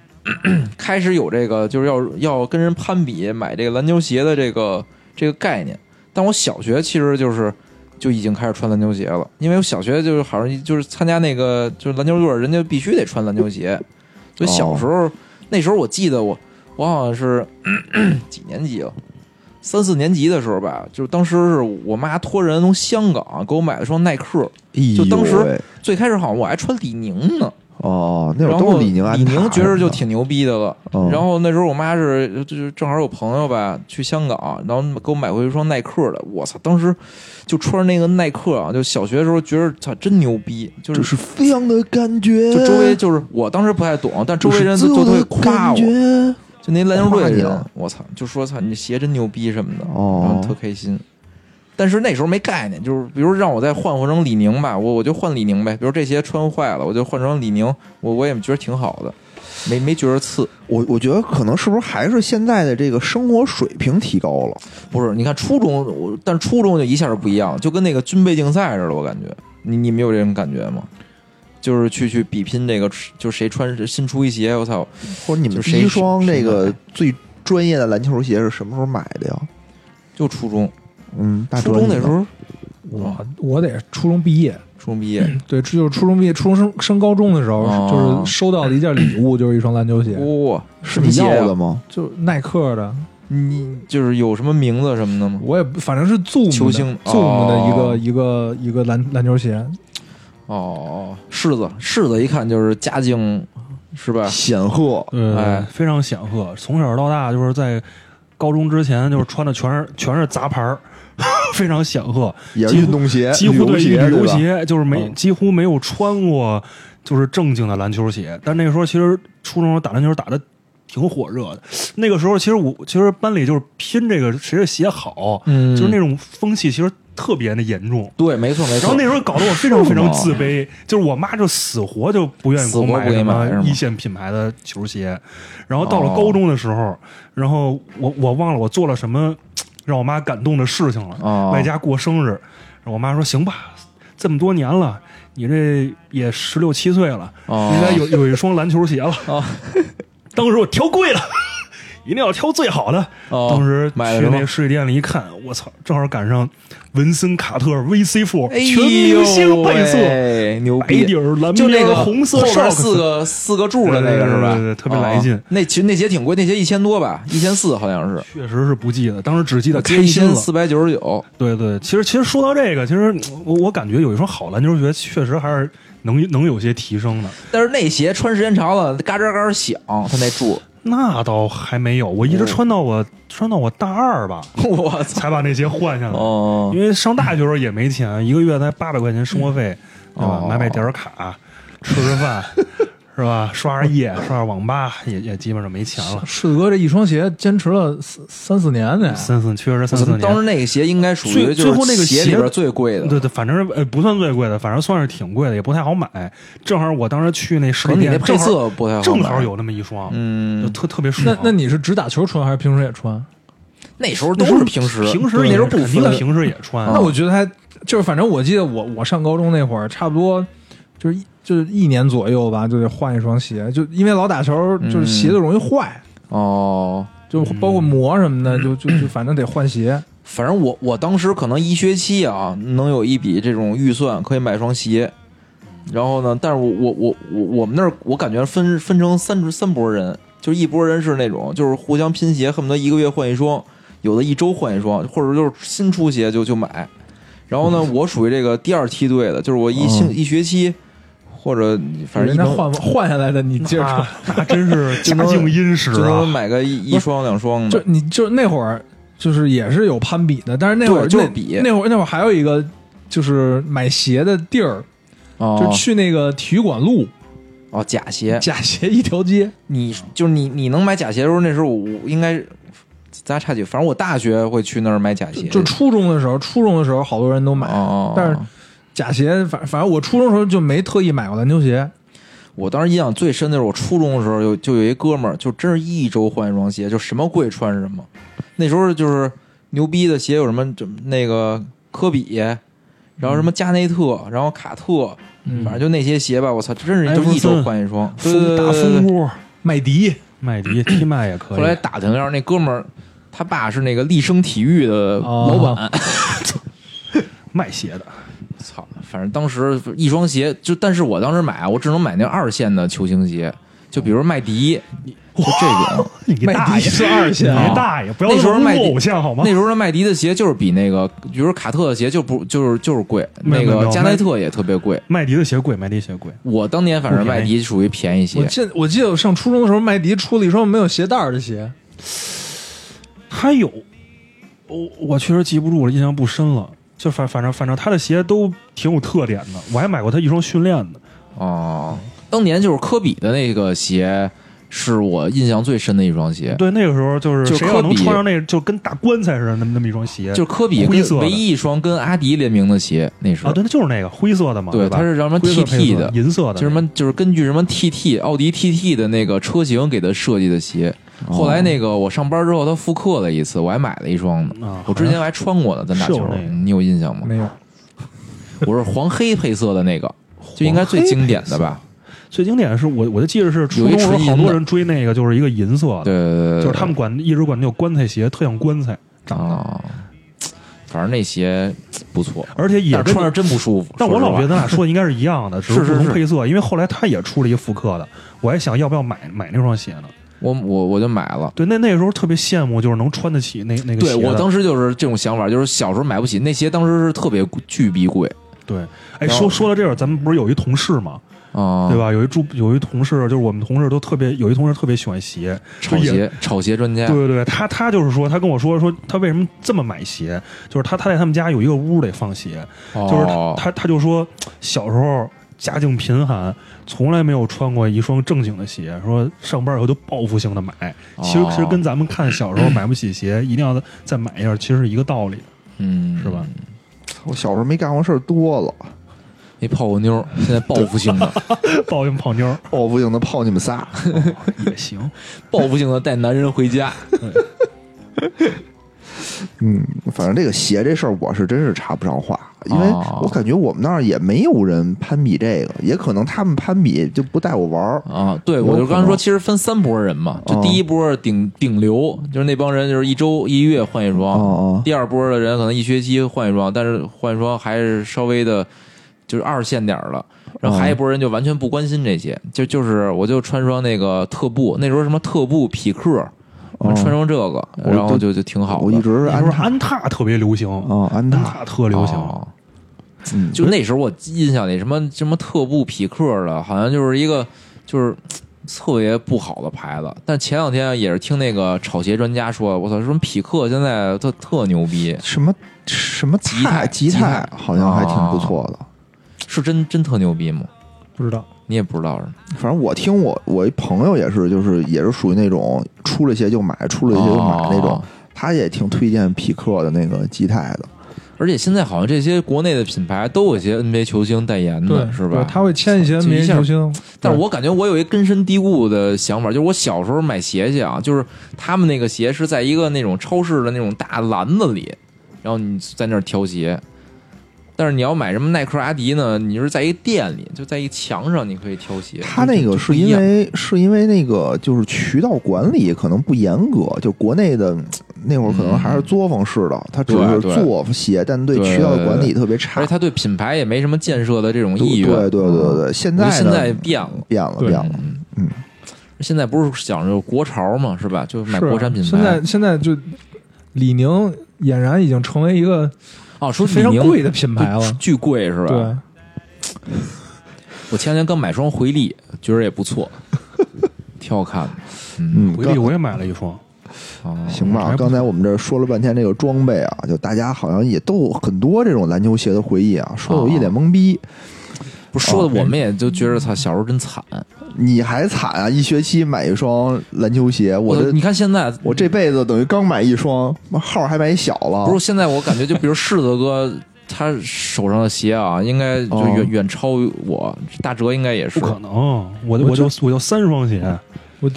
开始有这个，就是要要跟人攀比买这个篮球鞋的这个这个概念。但我小学其实就是就已经开始穿篮球鞋了，因为我小学就是好像就是参加那个就是篮球队，人家必须得穿篮球鞋。所以
哦
小时候、那时候我记得我我好像是几年级啊，三四年级的时候吧，就是当时是我妈托人从香港给我买了双耐克，就当时
哎呦喂
最开始好像我还穿李宁呢。
哦，那会
然
儿
后
都是李宁、安
李
踏
宁觉着
什么
就
的
挺牛逼的了。
嗯
然后那时候我妈是就是正好有朋友吧去香港，然后给我买回一双耐克的。我操，当时就穿着那个耐克啊，就小学的时候觉得操真牛逼，就是
就是飞扬的感觉，
就周围就是我当时不太懂，但周
就是
围人
自
都
由
都
的
会夸
感
我，
觉
就那篮球队
夸
的
你
人
了，
我操，就说操你这鞋真牛逼什么的，
哦
然后特开心。但是那时候没概念，就是比如让我再换换成李宁吧，我我就换李宁呗。比如这鞋穿坏了，我就换成李宁，我我也觉得挺好的，没没觉得次。
我我觉得可能是不是还是现在的这个生活水平提高了？
不是，你看初中，我但初中就一下就不一样，就跟那个军备竞赛似的，我感觉你你们有这种感觉吗？就是去去比拼这个，就谁穿新出一鞋，我操！
或者你们
就
第
是谁
一双
谁
这个
买
最专业的篮球鞋是什么时候买的呀？
就初中，
嗯，大
初中那时候，
我我得初中毕业，
初中毕业，
对，这就是初中毕业，初中升升高中的时候，
哦
就是收到的一件礼物，就是一双篮球鞋，
哇、
是
什么
你
鞋
要
呀
的吗？
就耐克的，
你就是有什么名字什么的吗？
我也不反正是 Zoom
球星
的 Zoom 的一个、
哦
一个一个篮篮球鞋，
哦，柿子，柿子一看就是家境，是吧？
啊显赫，
对
哎
非常显赫。从小到大就是在高中之前，就是穿的全是全是杂牌儿， 非常显赫，
也是
几乎
运动
哎
鞋，
几乎对
旅游鞋，
旅游
对吧
鞋就是没
嗯
几乎没有穿过就是正经的篮球鞋。但那个时候其实初中打篮球打的挺火热的，那个时候其实我其实班里就是拼这个谁的鞋好，
嗯
就是那种风气其实特别的严重。
对，没错没
然后
错
那。时候搞得我非常非常自卑，就是我妈就死活就不愿意给我买
啊死活
什
不给买是
么
吗哦
一线品牌的球鞋。然后到了高中的时候，然后我我忘了我做了什么让我妈感动的事情了。
哦
外加过生日，然后我妈说行吧，这么多年了，你这也十六七岁了，
哦
应该有有一双篮球鞋了。
哦
当时我挑贵了，一定要挑最好的。
哦
当时
买了
去
什么
那个饰店里一看，我操，正好赶上文森卡特 VC Four
哎
全明星配色，
色，牛
白底
逼！
儿蓝边儿
就那个
红色
后边
socks
四个四个柱的那个是吧？
对对对对特别来劲
哦那其实那鞋挺贵，那鞋一千多吧，一千四好像是，
确实是不记得，当时只记得
我记得
开
一
心啊
千
了。
四百九十九。
对对，其实其实说到这个，其实嗯我我感觉有一双好篮球鞋，确实还是能能有些提升的。
但是那鞋穿时间长了，嘎吱嘎吱响，它那 柱，
那倒还没有，我一直穿到
哦
我、穿到我大二 吧，
我操！
才把那鞋换下来。
哦
因为上大学时候也没钱，一个月才八百块钱生活费，对吧
哦
买买点儿卡，吃吃 饭，是吧？刷刷夜，刷刷网吧，也也基本上没钱了。
世子哥这一双鞋坚持了三三四年呢，
三四确实三
我
四
操
年，
当时那个鞋应该属于
最最
就
后那
是
个
鞋里边最贵的，
对对，反正呃不算最贵的，反正算是挺贵的，也不太好买。正好我当时去那实
可能
体
你那
店，
配
正好
色不太好买，
正好有那么一双，就
嗯，
特特别
那
爽。
那你是只打球穿还是平时也
啊
穿？
那时候都是平时，
平时
那
也
时候不
肯定
分，
平时也穿，
那我觉得还就是，反正我记得我我上高中那会儿，差不多就是一就是一年左右吧，就得换一双鞋，就因为老打球，就是鞋子容易坏，
哦。
就包括磨什么的，就就就反正得换鞋。
反正我我当时可能一学期啊，能有一笔这种预算可以买双鞋。然后呢，但是我我我我我们那儿我感觉分分成三三拨人，就是一拨人是那种就是互相拼鞋，恨不得一个月换一双，有的一周换一双，或者就是新出鞋就就买。然后呢，我属于这个第二梯队的，就是我一星、一学期或者反正
人
一
家
能
换换下来的， 你接着穿。
啊，那真 是
就
家
能
境殷实
就能
啊。
买个一一双两双
就
的。
你就那会儿，就是也是有攀比的，但是那会儿
对就是
那
比
那会儿那会儿还有一个就是买鞋的地儿，就
哦
去那个体育馆路
哦，假鞋，
假鞋一条街。
你就是你，你能买假鞋的时候，那时候我我应该咱差几，反正我大学会去那儿买假鞋，
就初中的时候，初中的时候好多人都买，
哦
但是假鞋反反正我初中的时候就没特意买过篮球鞋，
我当时印象最深的是我初中的时候有就有一哥们儿，就真是一周换一双鞋，就什么贵穿什么。那时候就是牛逼的鞋有什么，就那个科比，然后什么加内特，然后卡特，
嗯
反正就那些鞋吧，我操，真是
艾
就
弗森
一周换一双，对
风
对
打
对对
风
对。
呼，
麦迪
麦 迪、T 麦也可以。
后来打听一下，那哥们儿他爸是那个立生体育的
哦
老板，
啊
卖鞋的，
操，反正当时一双鞋就，但是我当时买，啊我只能买那二线的球星鞋，就比如麦迪，就这种。
你
麦
大
迪
爷，
是二
你
线啊，
大爷，不要
那时候
侮辱
麦迪
偶像好吗
那？时候的麦迪的鞋就是比那个，比如卡特的鞋就不就是就是贵，
没
那
有没
个
有
加
麦
内特也特别贵。
麦迪的鞋贵，麦迪鞋贵。
我当年反正麦迪属于便宜
我
鞋，
记得我记得我上初中的时候，麦迪出了一双没有鞋带儿的鞋，
他有，我我确实记不住了，印象不深了。就反反正反正他的鞋都挺有特点的，我还买过他一双训练的。
哦，当年就是科比的那个鞋是我印象最深的一双鞋，
对，那个时候就是
就
谁
科
要能
比
穿上那个，就跟大棺材似的那么那么一双鞋，
就是科比
灰
跟
色的
唯一一双跟阿迪联名的鞋，那时
啊，
候
对，那就是那个灰色的嘛，
对，
吧
它？是叫什么
灰色配
TT
色
的，
银色的，
就是什么，就是根据什么 TT 奥迪 TT 的那个车型给他设计的鞋。
哦
后来那个我上班之后，他复刻了一次，我还买了一双呢。
啊？
我
好像
之前还穿过呢，咱打
是有
球
那个，
你有印象吗？
没有。
我是黄黑配色的那个，就应该最经典的吧？
最经典的是我我就记得是初
有一
中时候
纯银
好多
的
人追那个，就是一个银色的，
对对对对，
就是他们管一直管那叫棺材鞋，特像棺材长得，
啊，反正那鞋不错，
而且也
但是
跟
穿着真不舒服。
但我
说实
老
话
觉得咱俩说的应该是一样的，只
是
不
是
同
是
配色。因为后来他也出了一个复刻的，我还想要不要买买那双鞋呢？
我我我就买了。
对，那那时候特别羡慕，就是能穿得起那那个
对
鞋的。
我当时就是这种想法，就是小时候买不起那鞋，当时是特别贵巨逼贵
对，哎，
然后
说说到这儿，咱们不是有一同事嘛，
啊，
对？吧？有一住有一同事，就是我们同事都特别有一同事特别喜欢鞋，
炒
就也
鞋炒鞋专家
对，对对，他他就是说，他跟我说说他为什么这么买鞋，就是他他在他们家有一个屋得放鞋，就是他
哦
他他就说小时候家境贫寒，从来没有穿过一双正经的鞋，说上班以后就报复性的买，其实
哦
其实跟咱们看小时候买不起鞋，一定要再买一下，其实是一个道理，
嗯
是吧？？
我小时候没干过事儿多了，
没泡过妞儿，现在报复性的，
报应泡妞儿
报复性的泡你们仨。
也行，
报复性的带男人回家。
嗯，反正这个鞋这事儿，我是真是插不上话，因为
哦
我感觉我们那儿也没有人攀比这个，也可能他们攀比就不带我玩儿。
啊，对，
有
我就
可
刚才说，
能
其实分三波人嘛，就
哦
第一波顶顶流，就是那帮人就是一周一月换一双，
哦哦
第二波的人可能一学期换一双，但是换一双还是稍微的，就是二线点儿了。然后还有一波人就完全不关心这些，就就是我就穿双那个特步，那时候什么特步、匹克，
哦
穿双这个，
我
然后
就
就就挺好的。
啊
哦
我一直是
那
安
时候
踏
安踏特别流行，
啊，安
安
踏嗯
踏特流行。
嗯哦就那时候我印象里什么什么特步、匹克的，好像就是一个就是嘖特别不好的牌子。但前两天也是听那个炒鞋专家说，我操，什么匹克现在特特牛逼，
什么什么
吉泰
泰吉
吉
泰
泰哦
好像还挺不错的。
是真真特牛逼吗？
不知道
你也不知道是吗？
反正我听我我一朋友也是，就是也是属于那种出了鞋就买，出了鞋就买那种。
哦
他也挺推荐匹克的那个基泰的。
而且现在好像这些国内的品牌都有一些 NBA 球星代言的，
对
嗯是
对
吧？
他会签一些
就一
明
下
星球星，
但是我感觉我有一根深蒂固的想法，就是我小时候买鞋去啊，就是他们那个鞋是在一个那种超市的那种大篮子里，然后你在那儿挑鞋。但是你要买什么耐克、阿迪呢？你就是在一个店里，就在一个墙上，你可以挑鞋。
他那个是因为是因为那个就是渠道管理可能不严格，就国内的嗯那会儿可能还是作坊式的，他只
嗯对
是
对
做鞋，但对渠道的管理特别差
而且。他对品牌也没什么建设的这种意
对
愿。
对
嗯
对对对，现在
我
呢
觉得现在变了，
变了
对
变了，嗯，
现在不是讲究国潮嘛，是吧？就买
啊
是啊
国产品牌。
现在现在就李宁俨然已经成为一个
哦，说
非常
李宁
贵的品牌了
对巨贵是吧？
对，
我前两天刚买双回力，觉得也不 错，挺好看的。
嗯，
回
刚
力我也买了一双，
哦，
行吧
还，不
刚才我们这说了半天这个装备啊，就大家好像也都有很多这种篮球鞋的回忆啊，说的我一
哦
脸懵逼。
不是说
哦
的我们
哎
也就觉得操，小时候真惨。
你还惨啊，一学期买一双篮球鞋，我
操
这
你看现 在，
我这辈子等于刚买一双，妈号儿还买小了。
哦
不是现在，我感觉就比如世子哥他手上的鞋啊，应该就
哦
远远超于我，大哲应该也是嗯
不。可能，我就
我
我就我就三双鞋，
我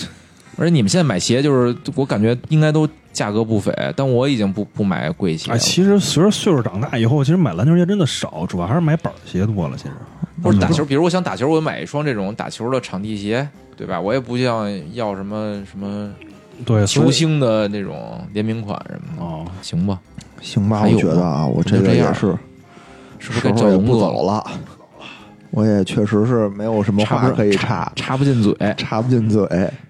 而且你们现在买鞋，就是我感觉应该都价格不菲，但我已经不不买贵鞋
哎，
了。
其实随着岁数长大以后，其实买篮球鞋真的少，主要还是买板儿鞋多了。其实嗯
不是打球，比如我想打球，我买一双这种打球的场地鞋，对吧？我也不像要什么什么
对所以
球星的那种联名款什么的，
哦，
行吧？
行吧，
还有
我觉得啊，我这
就
个
这样
也是
是
时
不是该
候
叫
也
龙
不
哥
早
了？
了，我也确实是没有什么
插不
话
上
可以插，
插不进嘴，
嗯
啊
插不进嘴。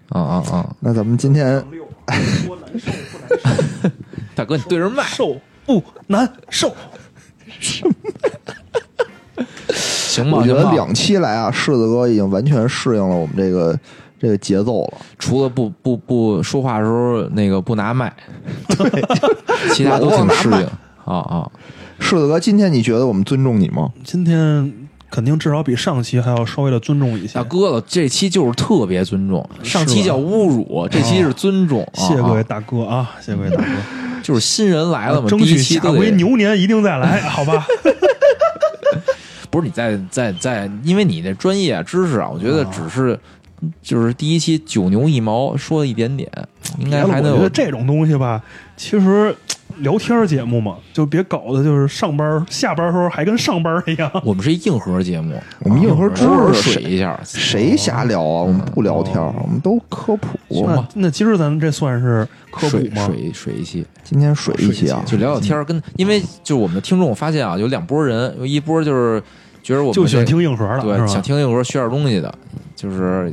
啊啊！
那咱们今天
六，说难受不难受？
大哥，你对着麦。
受不难受。
行吧，
我觉
行
得
吧
两期来啊，柿子哥已经完全适应了我们这个这个节奏了。
除了不不不说话的时候那个不拿 麦，对，其他都挺适应啊啊。
柿子哥，今天你觉得我们尊重你吗？
今天肯定至少比上期还要稍微的尊重一些
大。哥了，这期就是特别尊重，上期叫侮辱，这期是尊重。啊
谢谢各位
啊
大哥啊，谢谢各位大哥，
就是新人 来了嘛，
争
第一
取
期
下
都得
回牛年一定再 来，好吧？
不是你在在在，因为你的专业啊知识啊，我觉得只是。就是第一期九牛一毛说了一点点，应该还能
哎我
有
觉得这种东西吧，其实聊天儿节目嘛，就别搞的就是上班儿下班儿时候还跟上班儿一样。
我们是一硬核节目，
我们硬核知
偶尔
识
啊
谁
水哦一下，
谁瞎聊啊？我们不聊天儿，我们都科普。
那那今儿咱们这算是科普
水
吗？
水水一期，
今天水一期啊，
就聊聊天
嗯
儿，跟因为就是我们的听众，我发现啊，有两波人，有一波就是觉得我们
就喜欢
这
听硬核了，
对，
是
想
吧？
听一会儿学点东西的，就是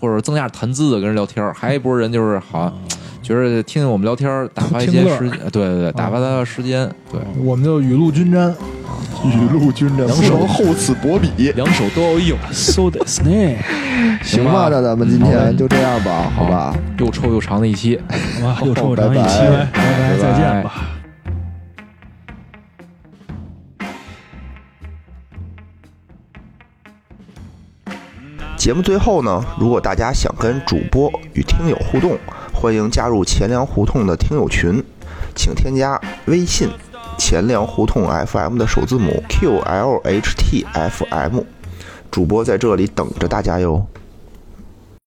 或者增加谈资的跟人聊天儿，还有一波人就是好像
嗯
觉得听听我们聊天儿，打发一些
听乐儿
时间，对对对，
嗯
打发打发时间，对，
我们就雨露均沾。
雨露均沾，不能厚此薄彼。
两手都要硬，
So the snake，
行
吧
吧，那咱们今天就这样吧，好吧。
又臭又长的一期。
好吧，又抽
拜
长一期
拜
呗，拜拜，再见吧。
节目最后呢，如果大家想跟主播与听友互动，欢迎加入钱粮胡同的听友群，请添加微信“钱粮胡同 FM” 的首字母 “QLHTFM”，主播在这里等着大家哟。